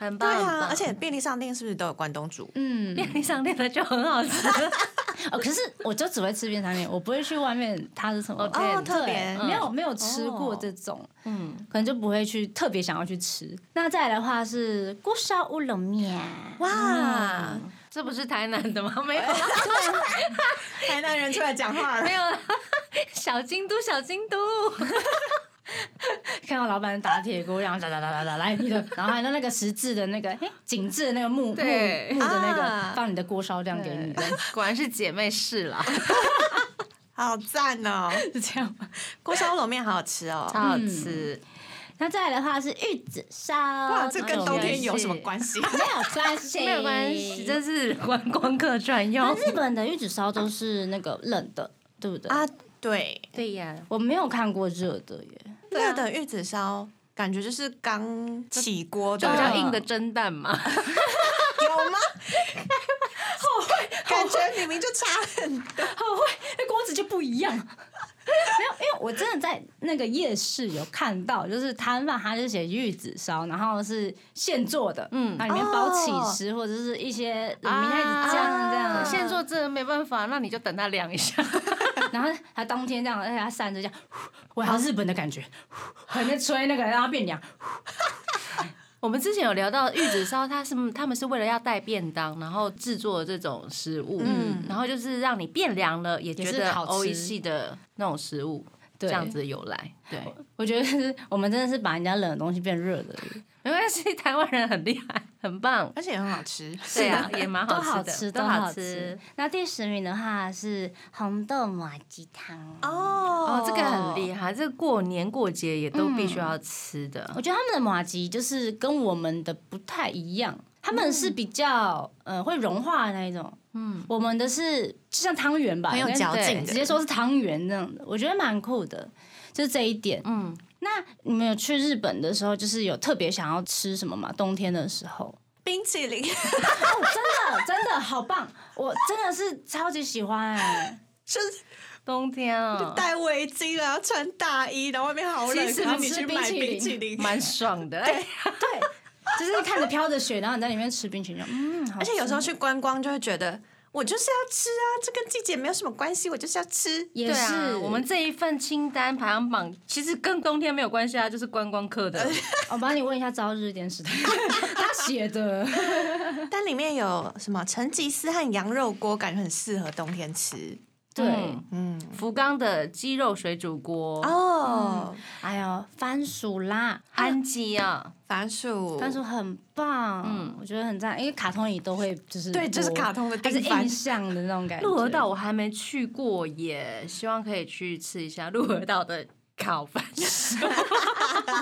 [SPEAKER 1] 很
[SPEAKER 3] 对
[SPEAKER 1] 棒，很
[SPEAKER 3] 啊，
[SPEAKER 1] 棒
[SPEAKER 3] 而 且便利商店是不是都有关东煮？
[SPEAKER 4] 嗯，
[SPEAKER 1] 便利商店的就很好吃，
[SPEAKER 4] 哦，可是我就只会吃便当面，我不会去外面它是什么
[SPEAKER 1] 哦
[SPEAKER 4] 对
[SPEAKER 1] 哦
[SPEAKER 3] 特别
[SPEAKER 4] 没有没有吃过这种，嗯，可能就不会去特别想要去吃。那再来的话是锅烧乌龙面，
[SPEAKER 3] 哇，
[SPEAKER 1] 这不是台南的吗？ 没有啦，
[SPEAKER 3] 台南人出来讲话了
[SPEAKER 1] 没。有啦，小京都，小京都，
[SPEAKER 4] 看到老板打铁锅，然后哒哒哒哒哒来你的，然后还有那个十字的那个嘿紧致的那个木木木
[SPEAKER 1] 对
[SPEAKER 4] 的那
[SPEAKER 3] 啊
[SPEAKER 4] 个放你的锅烧这样给你的，
[SPEAKER 1] 嗯果然是姐妹市啦，
[SPEAKER 3] 好赞哦！
[SPEAKER 4] 是这样吗？
[SPEAKER 3] 锅烧冷面好好吃哦。
[SPEAKER 1] 超好吃。
[SPEAKER 4] 那再来的话是玉子烧，
[SPEAKER 3] 哇，这跟冬天有什么
[SPEAKER 4] 关？
[SPEAKER 3] 关系？
[SPEAKER 4] 没有关系，
[SPEAKER 1] 没有关系，这是观光客专
[SPEAKER 4] 但
[SPEAKER 1] 用。
[SPEAKER 4] 日本的玉子烧都是那个冷的，对不对？
[SPEAKER 3] 啊，对，
[SPEAKER 1] 对呀，
[SPEAKER 4] 我没有看过热的耶。
[SPEAKER 3] 热的玉子烧感觉就是刚起锅
[SPEAKER 1] 就
[SPEAKER 3] 的，
[SPEAKER 1] 比较
[SPEAKER 4] 对
[SPEAKER 1] 硬的蒸蛋嘛。
[SPEAKER 3] 有 吗？感觉明明就差很 多。
[SPEAKER 4] 好会， 那锅子就不一样。没有，因为我真的在那个夜市有看到，就是摊贩他就写玉子烧，然后是现做的，嗯，哦它里面包起司、或者是一些呃明太子酱这样，
[SPEAKER 1] 啊现做真的没办法，那你就等它凉一下。
[SPEAKER 4] 然后它当天这样，而且它散着这样，呼我好像日本的感觉，呼还在吹那个让它变凉，
[SPEAKER 1] 我们之前有聊到玉子烧，它是他们是为了要带便当，然后制作这种食物，嗯，然后就是让你变凉了，也觉
[SPEAKER 4] 也是
[SPEAKER 1] 得
[SPEAKER 4] 好吃
[SPEAKER 1] 欧一系的那种食物，这
[SPEAKER 4] 对
[SPEAKER 1] 样子的由来。对，
[SPEAKER 4] 我觉得是我们真的是把人家冷的东西变热的，
[SPEAKER 1] 没关系，台湾人很厉害，很棒。
[SPEAKER 3] 而且也很好吃，
[SPEAKER 1] 对啊，也蛮
[SPEAKER 4] 都
[SPEAKER 1] 好
[SPEAKER 4] 好
[SPEAKER 1] 吃的，
[SPEAKER 4] 吃，
[SPEAKER 1] 都
[SPEAKER 4] 都好
[SPEAKER 1] 吃
[SPEAKER 4] 吃。。那第十名的话是红豆麻鸡汤
[SPEAKER 3] 哦
[SPEAKER 1] 哦，这个很厉害，这个过年过节也都必须要吃的。
[SPEAKER 4] 嗯我觉得他们的麻吉就是跟我们的不太一样，他们是比较呃会融化的那一种，嗯，我们的是就像汤圆吧，
[SPEAKER 3] 很有
[SPEAKER 4] 应该
[SPEAKER 3] 嚼
[SPEAKER 1] 劲
[SPEAKER 4] 对
[SPEAKER 3] 的
[SPEAKER 4] 直接说是汤圆这样的，我觉得蛮酷的，就是这一点。
[SPEAKER 1] 嗯，
[SPEAKER 4] 那你们有去日本的时候，就是有特别想要吃什么吗？冬天的时候？
[SPEAKER 3] 冰淇淋，
[SPEAKER 4] 哦，真的真的好棒，我真的是超级喜欢哎、
[SPEAKER 3] 就是
[SPEAKER 1] 冬天啊，
[SPEAKER 3] 戴围巾，然后穿大衣，然后外面好
[SPEAKER 1] 其
[SPEAKER 3] 冷，
[SPEAKER 1] 实
[SPEAKER 3] 然后你
[SPEAKER 4] 吃
[SPEAKER 3] 去
[SPEAKER 4] 冰
[SPEAKER 3] 买
[SPEAKER 4] 淇
[SPEAKER 3] 冰
[SPEAKER 4] 淋
[SPEAKER 3] 淇淋，
[SPEAKER 1] 蛮爽 的。哎
[SPEAKER 4] 对，就是看着飘着雪，然后你在里面吃冰淇淋，嗯，好
[SPEAKER 3] 而且有
[SPEAKER 4] 吃
[SPEAKER 3] 时候去观光就会觉得。我就是要吃啊，这跟季节没有什么关系，我就是要吃。
[SPEAKER 4] 也
[SPEAKER 1] 对
[SPEAKER 4] 是、
[SPEAKER 1] 啊，我们这一份清单排行榜其实跟冬天没有关系啊，就是观光客的。
[SPEAKER 4] 我帮你问一下朝日电视 台，他写的。
[SPEAKER 3] 但里面有什么成吉思汗羊肉锅，感觉很适合冬天吃。
[SPEAKER 4] 对，
[SPEAKER 1] 嗯，福冈的鸡肉水煮锅，
[SPEAKER 4] 嗯啊
[SPEAKER 3] 哦，
[SPEAKER 4] 哎呦，番薯啦，
[SPEAKER 1] 安吉啊，
[SPEAKER 3] 番薯，
[SPEAKER 4] 番薯很棒，嗯，我觉得很赞，因为卡通里都会就是
[SPEAKER 3] 对，就是
[SPEAKER 4] 播
[SPEAKER 3] 卡，通的
[SPEAKER 4] 它是
[SPEAKER 3] 定番
[SPEAKER 4] 印。象的那种感觉。
[SPEAKER 1] 鹿儿岛我还没去过耶，希望可以去吃一下鹿儿岛的烤番薯。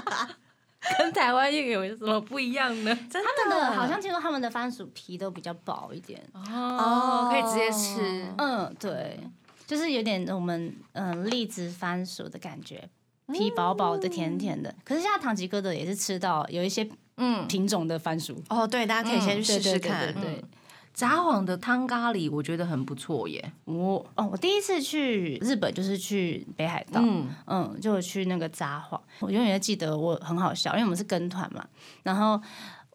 [SPEAKER 1] 跟台湾又有什么不一样呢？
[SPEAKER 3] 真
[SPEAKER 4] 他们
[SPEAKER 3] 的
[SPEAKER 4] 的好像听说他们的番薯皮都比较薄一点，
[SPEAKER 1] 哦，可以直接吃。
[SPEAKER 4] 嗯，对，就是有点我们嗯栗子番薯的感觉。皮薄薄的，甜甜的。可是现在唐吉诃德也是吃到有一些
[SPEAKER 1] 嗯，
[SPEAKER 4] 品种的番薯，
[SPEAKER 3] 哦，对，大家可以先去试
[SPEAKER 4] 对
[SPEAKER 3] 试
[SPEAKER 4] 嗯对对对
[SPEAKER 3] 看。
[SPEAKER 4] 对，
[SPEAKER 1] 札幌的汤咖喱我觉得很不错耶。
[SPEAKER 4] 我哦，我第一次去日本就是去北海道，嗯
[SPEAKER 1] 嗯，
[SPEAKER 4] 就有去那个札幌，我永远记得我很好笑，因为我们是跟团嘛，然后。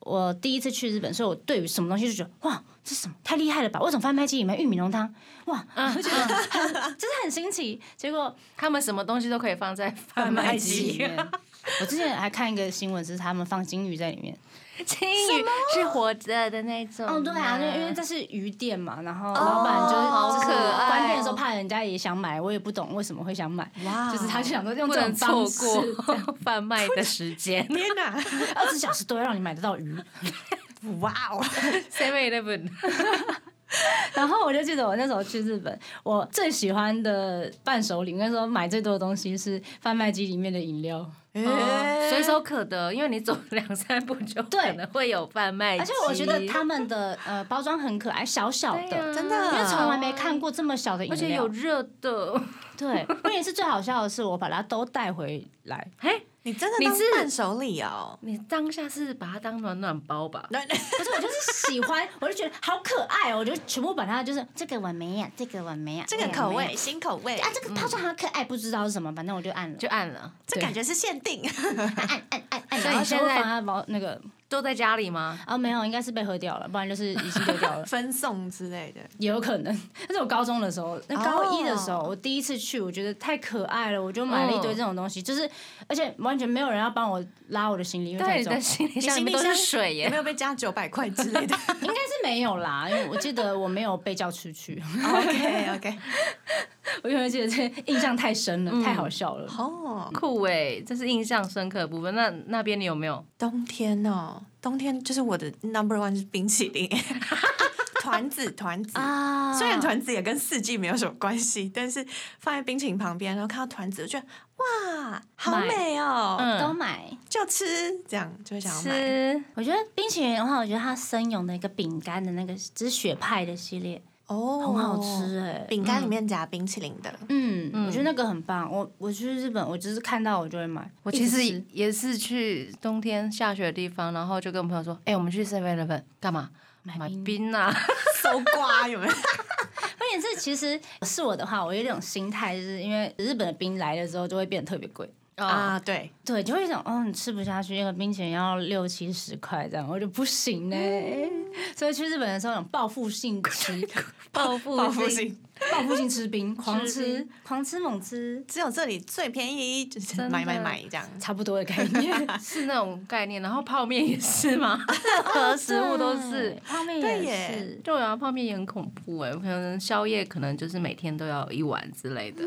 [SPEAKER 4] 我第一次去日本，所以我对于什么东西就觉得哇，这什么太厉害了吧？为什么贩卖机里面玉米浓汤？哇，我觉得很就是很新奇。结果
[SPEAKER 1] 他们什么东西都可以放在贩
[SPEAKER 4] 贩
[SPEAKER 1] 卖
[SPEAKER 4] 卖机里
[SPEAKER 1] 机，
[SPEAKER 4] 面， 我之前还看一个新闻，是他们放金鱼在里面。
[SPEAKER 1] 金鱼是活着的那种。
[SPEAKER 4] 哦，对啊，因为因为这是鱼店嘛，然后老板就
[SPEAKER 1] 嗯哦好
[SPEAKER 4] 就是
[SPEAKER 1] 可爱
[SPEAKER 4] 关店的时候怕人家也想买，我也不懂为什么会想买，
[SPEAKER 3] 哇
[SPEAKER 4] 就是他就想说用
[SPEAKER 1] 不
[SPEAKER 4] 这
[SPEAKER 1] 能
[SPEAKER 4] 种
[SPEAKER 1] 错
[SPEAKER 4] 方式，
[SPEAKER 1] 过贩卖的时间。
[SPEAKER 3] 天哪，
[SPEAKER 4] 二十小时都会让你买得到鱼。
[SPEAKER 3] 哇哦！
[SPEAKER 1] Seven Eleven，
[SPEAKER 4] 然后我就记得我那时候去日本，我最喜欢的伴手礼，那时候买最多的东西是贩卖机里面的饮料，
[SPEAKER 3] 诶
[SPEAKER 1] 随手可得，因为你走两三步就可
[SPEAKER 4] 对
[SPEAKER 1] 能会有贩卖机。
[SPEAKER 4] 而且我觉得他们的呃包装很可爱，小小
[SPEAKER 1] 对啊
[SPEAKER 4] 的。
[SPEAKER 3] 真的
[SPEAKER 4] 因为从来没看过这么小的饮
[SPEAKER 1] 而
[SPEAKER 4] 料，
[SPEAKER 1] 且有热的，
[SPEAKER 4] 对，关键是最好笑的是，我把它都带回来，
[SPEAKER 1] 嘿，
[SPEAKER 3] 你真的
[SPEAKER 1] 你
[SPEAKER 3] 当
[SPEAKER 1] 是
[SPEAKER 3] 伴手礼 哦？
[SPEAKER 1] 哎 你当下是把它当暖暖包吧？
[SPEAKER 3] 那
[SPEAKER 4] 不是，我就是喜欢，我就觉得好可爱哦，我就全部把它就是这个我没啊有，这个我没有，
[SPEAKER 3] 这个
[SPEAKER 4] 我
[SPEAKER 3] 口
[SPEAKER 4] 没有
[SPEAKER 3] 味，新口味
[SPEAKER 4] 啊，，这
[SPEAKER 1] 嗯
[SPEAKER 4] 个套餐好可爱，不知道是什么，反正我就按了，
[SPEAKER 1] 就按了，
[SPEAKER 3] 这感觉是限定。
[SPEAKER 4] 按按按按
[SPEAKER 1] 所
[SPEAKER 4] 哎
[SPEAKER 1] 以
[SPEAKER 4] 然后
[SPEAKER 1] 你现
[SPEAKER 4] 收
[SPEAKER 1] 在
[SPEAKER 4] 房他包那个
[SPEAKER 1] 都在家里吗？
[SPEAKER 4] 啊，没有，应该是被喝掉了，不然就是已经丢 掉了，
[SPEAKER 3] 分送之类的。
[SPEAKER 4] 也有可能。但是我高中的时候，那高一的时
[SPEAKER 1] 哦
[SPEAKER 4] 候，我第一次去，我觉得太可爱了，我就买了一堆
[SPEAKER 1] 嗯
[SPEAKER 4] 这种东西，就是而且完全没有人要帮我拉我的行李，因为
[SPEAKER 1] 对，
[SPEAKER 4] 太
[SPEAKER 1] 你
[SPEAKER 4] 重
[SPEAKER 1] 的。行李
[SPEAKER 3] 你
[SPEAKER 1] 箱里
[SPEAKER 3] 行
[SPEAKER 1] 面
[SPEAKER 3] 李
[SPEAKER 1] 都
[SPEAKER 3] 箱
[SPEAKER 1] 是水耶
[SPEAKER 3] 有没。有被加九百块之类的
[SPEAKER 4] 应该是没有啦，因为我记得我没有被叫出去，
[SPEAKER 3] ？OK OK，
[SPEAKER 4] 我永远记得这印象太深了，
[SPEAKER 1] 嗯
[SPEAKER 4] 太好笑了。
[SPEAKER 3] 哦，
[SPEAKER 1] 酷哎，这是印象深刻的部分。那那边你有没有？
[SPEAKER 3] 冬天哦，冬天就是我的 number one 是冰淇淋， 团子团子
[SPEAKER 1] 啊
[SPEAKER 3] 虽然团子也跟四季没有什么关系，但是放在冰淇淋旁边，然后看到团子，我觉得哇，好
[SPEAKER 4] 买
[SPEAKER 3] 美哦，
[SPEAKER 1] 嗯
[SPEAKER 4] 都买，
[SPEAKER 3] 就吃，这样就会想要买。
[SPEAKER 1] 吃
[SPEAKER 4] 我觉得冰淇淋的话，我觉得它生永的一个饼干的那个，就是雪派的系列，
[SPEAKER 3] 哦，
[SPEAKER 4] 很好吃哎、
[SPEAKER 3] 饼干里面夹冰淇淋的，
[SPEAKER 4] 嗯，我觉得那个很棒。我我去日本，我就是看到我就会买。
[SPEAKER 1] 我
[SPEAKER 4] 一
[SPEAKER 1] 其
[SPEAKER 4] 直
[SPEAKER 1] 实
[SPEAKER 4] 吃
[SPEAKER 1] 也是去冬天下雪的地方，然后就跟朋友说：“哎、我们去 Seven Eleven 干嘛？买
[SPEAKER 4] 冰
[SPEAKER 1] 冰啊
[SPEAKER 3] 搜刮有没有？
[SPEAKER 4] 关键是其实是我的话，我有一种心态，就是因为日本的冰来了之后就会变得特别贵。！”
[SPEAKER 1] 啊，
[SPEAKER 3] 啊，对，
[SPEAKER 4] 对，就会一种哦，你吃不下去，那个冰淇淋要六七十块这样，我就不行呢、欸 所以去日本的时候，有种报复性吃，
[SPEAKER 1] 报复
[SPEAKER 3] 报复性，
[SPEAKER 4] 报复性吃冰，狂
[SPEAKER 1] 吃
[SPEAKER 4] 吃
[SPEAKER 1] 冰，
[SPEAKER 4] 狂吃猛吃，
[SPEAKER 3] 只有这里最便宜，就是
[SPEAKER 1] 真的
[SPEAKER 3] 买买买这样。
[SPEAKER 4] 差不多的概念。
[SPEAKER 1] 是那种概念，然后泡面也是吗？任何 食物都是
[SPEAKER 4] 对。泡面
[SPEAKER 3] 对
[SPEAKER 4] 也
[SPEAKER 3] 耶
[SPEAKER 4] 是。
[SPEAKER 1] 对啊，泡面也很恐怖哎、可能宵夜可能就是每天都要有一碗之类的，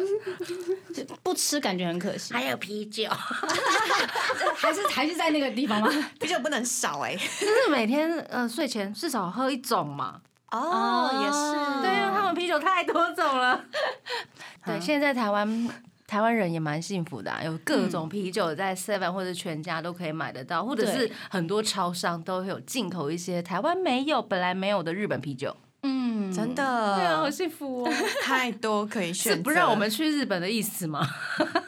[SPEAKER 4] 不吃感觉很可惜，
[SPEAKER 1] 还有啤酒，
[SPEAKER 4] 还是还是在那个地方吗？
[SPEAKER 3] 啤酒不能少 哎、
[SPEAKER 1] 就是每天呃睡前至少喝一种嘛。
[SPEAKER 3] 哦，也
[SPEAKER 4] 哦
[SPEAKER 3] 是，
[SPEAKER 1] 对啊，他们啤酒太多种了。对，
[SPEAKER 4] 好
[SPEAKER 1] 现在台湾台湾人也蛮幸福的、啊，有各种啤酒在 Seven 或者全家都可以买得到，或者
[SPEAKER 4] 对
[SPEAKER 1] 是很多超商都会有进口一些台湾没有、本来没有的日本啤酒。
[SPEAKER 4] 嗯，
[SPEAKER 3] 真
[SPEAKER 1] 对啊，好
[SPEAKER 3] 的
[SPEAKER 1] 幸福哦！
[SPEAKER 3] 太多可以选
[SPEAKER 1] 是
[SPEAKER 3] 择，
[SPEAKER 1] 不让我们去日本的意思吗？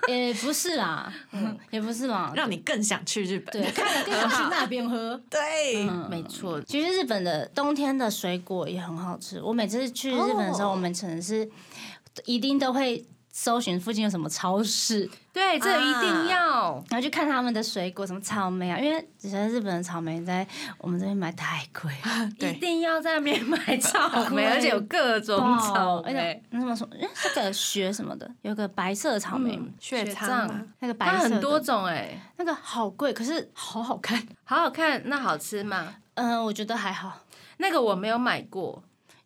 [SPEAKER 4] 也不是啦，嗯，也不是啦，
[SPEAKER 3] 让你更想去日本。
[SPEAKER 4] 对，看了更想去那边喝。
[SPEAKER 3] 对，
[SPEAKER 4] 嗯
[SPEAKER 1] 没错，
[SPEAKER 4] 其实日本的冬天的水果也很好吃。我每次去日本的时候，
[SPEAKER 3] 哦
[SPEAKER 4] 我们可能是一定都会搜寻附近有什么超市，
[SPEAKER 1] 对，这一
[SPEAKER 4] 啊
[SPEAKER 1] 定要。
[SPEAKER 4] 然后去看他们的水果，什么草莓啊，因为只是日本的草莓在我们这边买太贵了，
[SPEAKER 1] 一
[SPEAKER 3] 对
[SPEAKER 1] 定要在那边 买草莓，
[SPEAKER 4] 对
[SPEAKER 1] 而且有各种草
[SPEAKER 4] 而且
[SPEAKER 1] 莓，
[SPEAKER 4] 那什么什哦么，哎这个雪什么的，有个白色的草莓，
[SPEAKER 1] 嗯
[SPEAKER 3] 雪
[SPEAKER 1] 雪
[SPEAKER 3] 藏
[SPEAKER 1] 藏
[SPEAKER 3] 嘛
[SPEAKER 4] 那个白
[SPEAKER 1] 它
[SPEAKER 4] 色的
[SPEAKER 1] 很多，种哎、
[SPEAKER 4] 那个好贵，可是好 好看。
[SPEAKER 1] 好好看。那好吃吗？
[SPEAKER 4] 嗯，我觉得还好。
[SPEAKER 1] 那个我没有买过，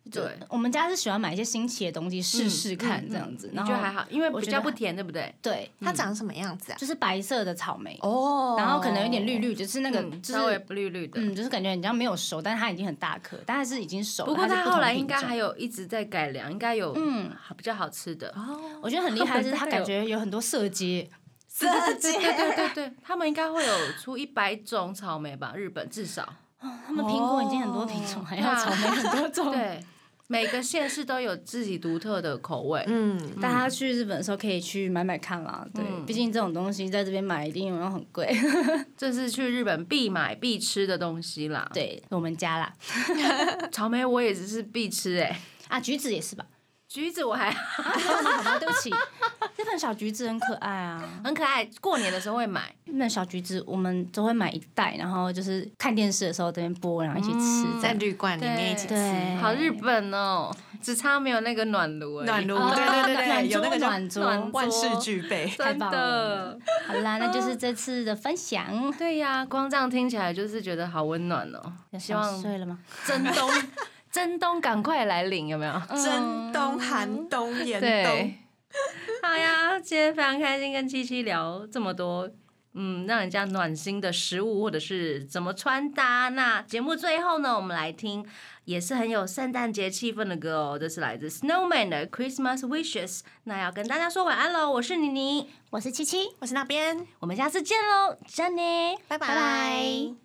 [SPEAKER 4] 就
[SPEAKER 1] 对，
[SPEAKER 4] 我们家是喜欢买一些新奇的东西试试看这样子，
[SPEAKER 1] 嗯你
[SPEAKER 4] 然
[SPEAKER 1] 觉
[SPEAKER 4] 后
[SPEAKER 1] 得还好，嗯因为
[SPEAKER 4] 我
[SPEAKER 1] 比
[SPEAKER 4] 觉得
[SPEAKER 1] 较不
[SPEAKER 4] 还
[SPEAKER 1] 甜，对不对？
[SPEAKER 4] 对，
[SPEAKER 3] 它长什么样子啊？
[SPEAKER 4] 就是白色的草莓，
[SPEAKER 3] 哦
[SPEAKER 4] 然后可能有点绿，绿，就是那个
[SPEAKER 1] 嗯
[SPEAKER 4] 就
[SPEAKER 1] 稍微
[SPEAKER 4] 是
[SPEAKER 1] 不绿绿的。
[SPEAKER 4] 嗯，就是感觉人家没有熟，但是它已经很大颗，但它是已经熟了。
[SPEAKER 1] 不过
[SPEAKER 4] 它是
[SPEAKER 1] 它
[SPEAKER 4] 不同
[SPEAKER 1] 后来
[SPEAKER 4] 品
[SPEAKER 1] 应该
[SPEAKER 4] 种
[SPEAKER 1] 还有一直在改良，应该有
[SPEAKER 4] 嗯
[SPEAKER 1] 好比较好吃的。
[SPEAKER 3] 哦，
[SPEAKER 4] 我觉得很厉 害，就是
[SPEAKER 1] 它有
[SPEAKER 4] 它感觉有很多色阶，
[SPEAKER 3] 设计
[SPEAKER 1] 对对对对，他们应该会有出一百种草莓吧，日本至少。
[SPEAKER 4] 他们苹果已经很多品种，还
[SPEAKER 1] 对
[SPEAKER 4] 要
[SPEAKER 1] 啊
[SPEAKER 4] 草莓很 多种。
[SPEAKER 1] 对，每个县市都有自己独特的口味。
[SPEAKER 3] 嗯，
[SPEAKER 4] 大家去日本的时候可以去买买看啦，对，
[SPEAKER 1] 嗯
[SPEAKER 4] 毕竟这种东西在这边买一定要很贵。
[SPEAKER 1] 这是去日本必买必吃的东西啦。，
[SPEAKER 4] 对我们家啦，
[SPEAKER 1] 草莓我也只是必吃哎、
[SPEAKER 4] 啊，橘子 也是吧？
[SPEAKER 1] 橘子我还
[SPEAKER 4] 啊，好吧，对不起，日本小橘子很可爱啊。
[SPEAKER 1] 很可爱，过年的时候会买。
[SPEAKER 4] 日本小橘子我们都会买一袋，然后就是看电视的时候这边播，然后一起吃
[SPEAKER 1] 嗯。
[SPEAKER 4] 这
[SPEAKER 3] 在
[SPEAKER 4] 样
[SPEAKER 3] 绿罐里面一起
[SPEAKER 4] 对，
[SPEAKER 1] 好日本哦，只差没有那个暖炉而已。
[SPEAKER 3] 暖炉，哦
[SPEAKER 4] 啊
[SPEAKER 3] 对对对
[SPEAKER 4] 暖
[SPEAKER 3] 对，有那个
[SPEAKER 4] 桌
[SPEAKER 3] 叫
[SPEAKER 4] 暖桌
[SPEAKER 1] 暖
[SPEAKER 3] 万事俱备。
[SPEAKER 4] 太
[SPEAKER 1] 真
[SPEAKER 4] 棒
[SPEAKER 1] 的
[SPEAKER 4] 了。好啦，那就是这次的分享。
[SPEAKER 1] 对呀、光这样听起来就是觉得好温暖哦。希望
[SPEAKER 4] 睡了吗？
[SPEAKER 1] 真 冬真冬赶快来临，有没有？
[SPEAKER 3] 真冬、寒冬、严冬
[SPEAKER 1] 对，， 好呀，今天非常开心跟七七聊这么多，嗯，让人家暖心的食物或者是怎么穿搭。那节目最后呢，我们来听也是很有圣诞节气氛的歌哦，这是来自 Snowman 的 Christmas Wishes。那要跟大家说晚安喽，我是妮妮，
[SPEAKER 4] 我是七七，
[SPEAKER 3] 我是那边，
[SPEAKER 1] 我们下次见喽，真的，
[SPEAKER 3] 拜
[SPEAKER 4] 拜拜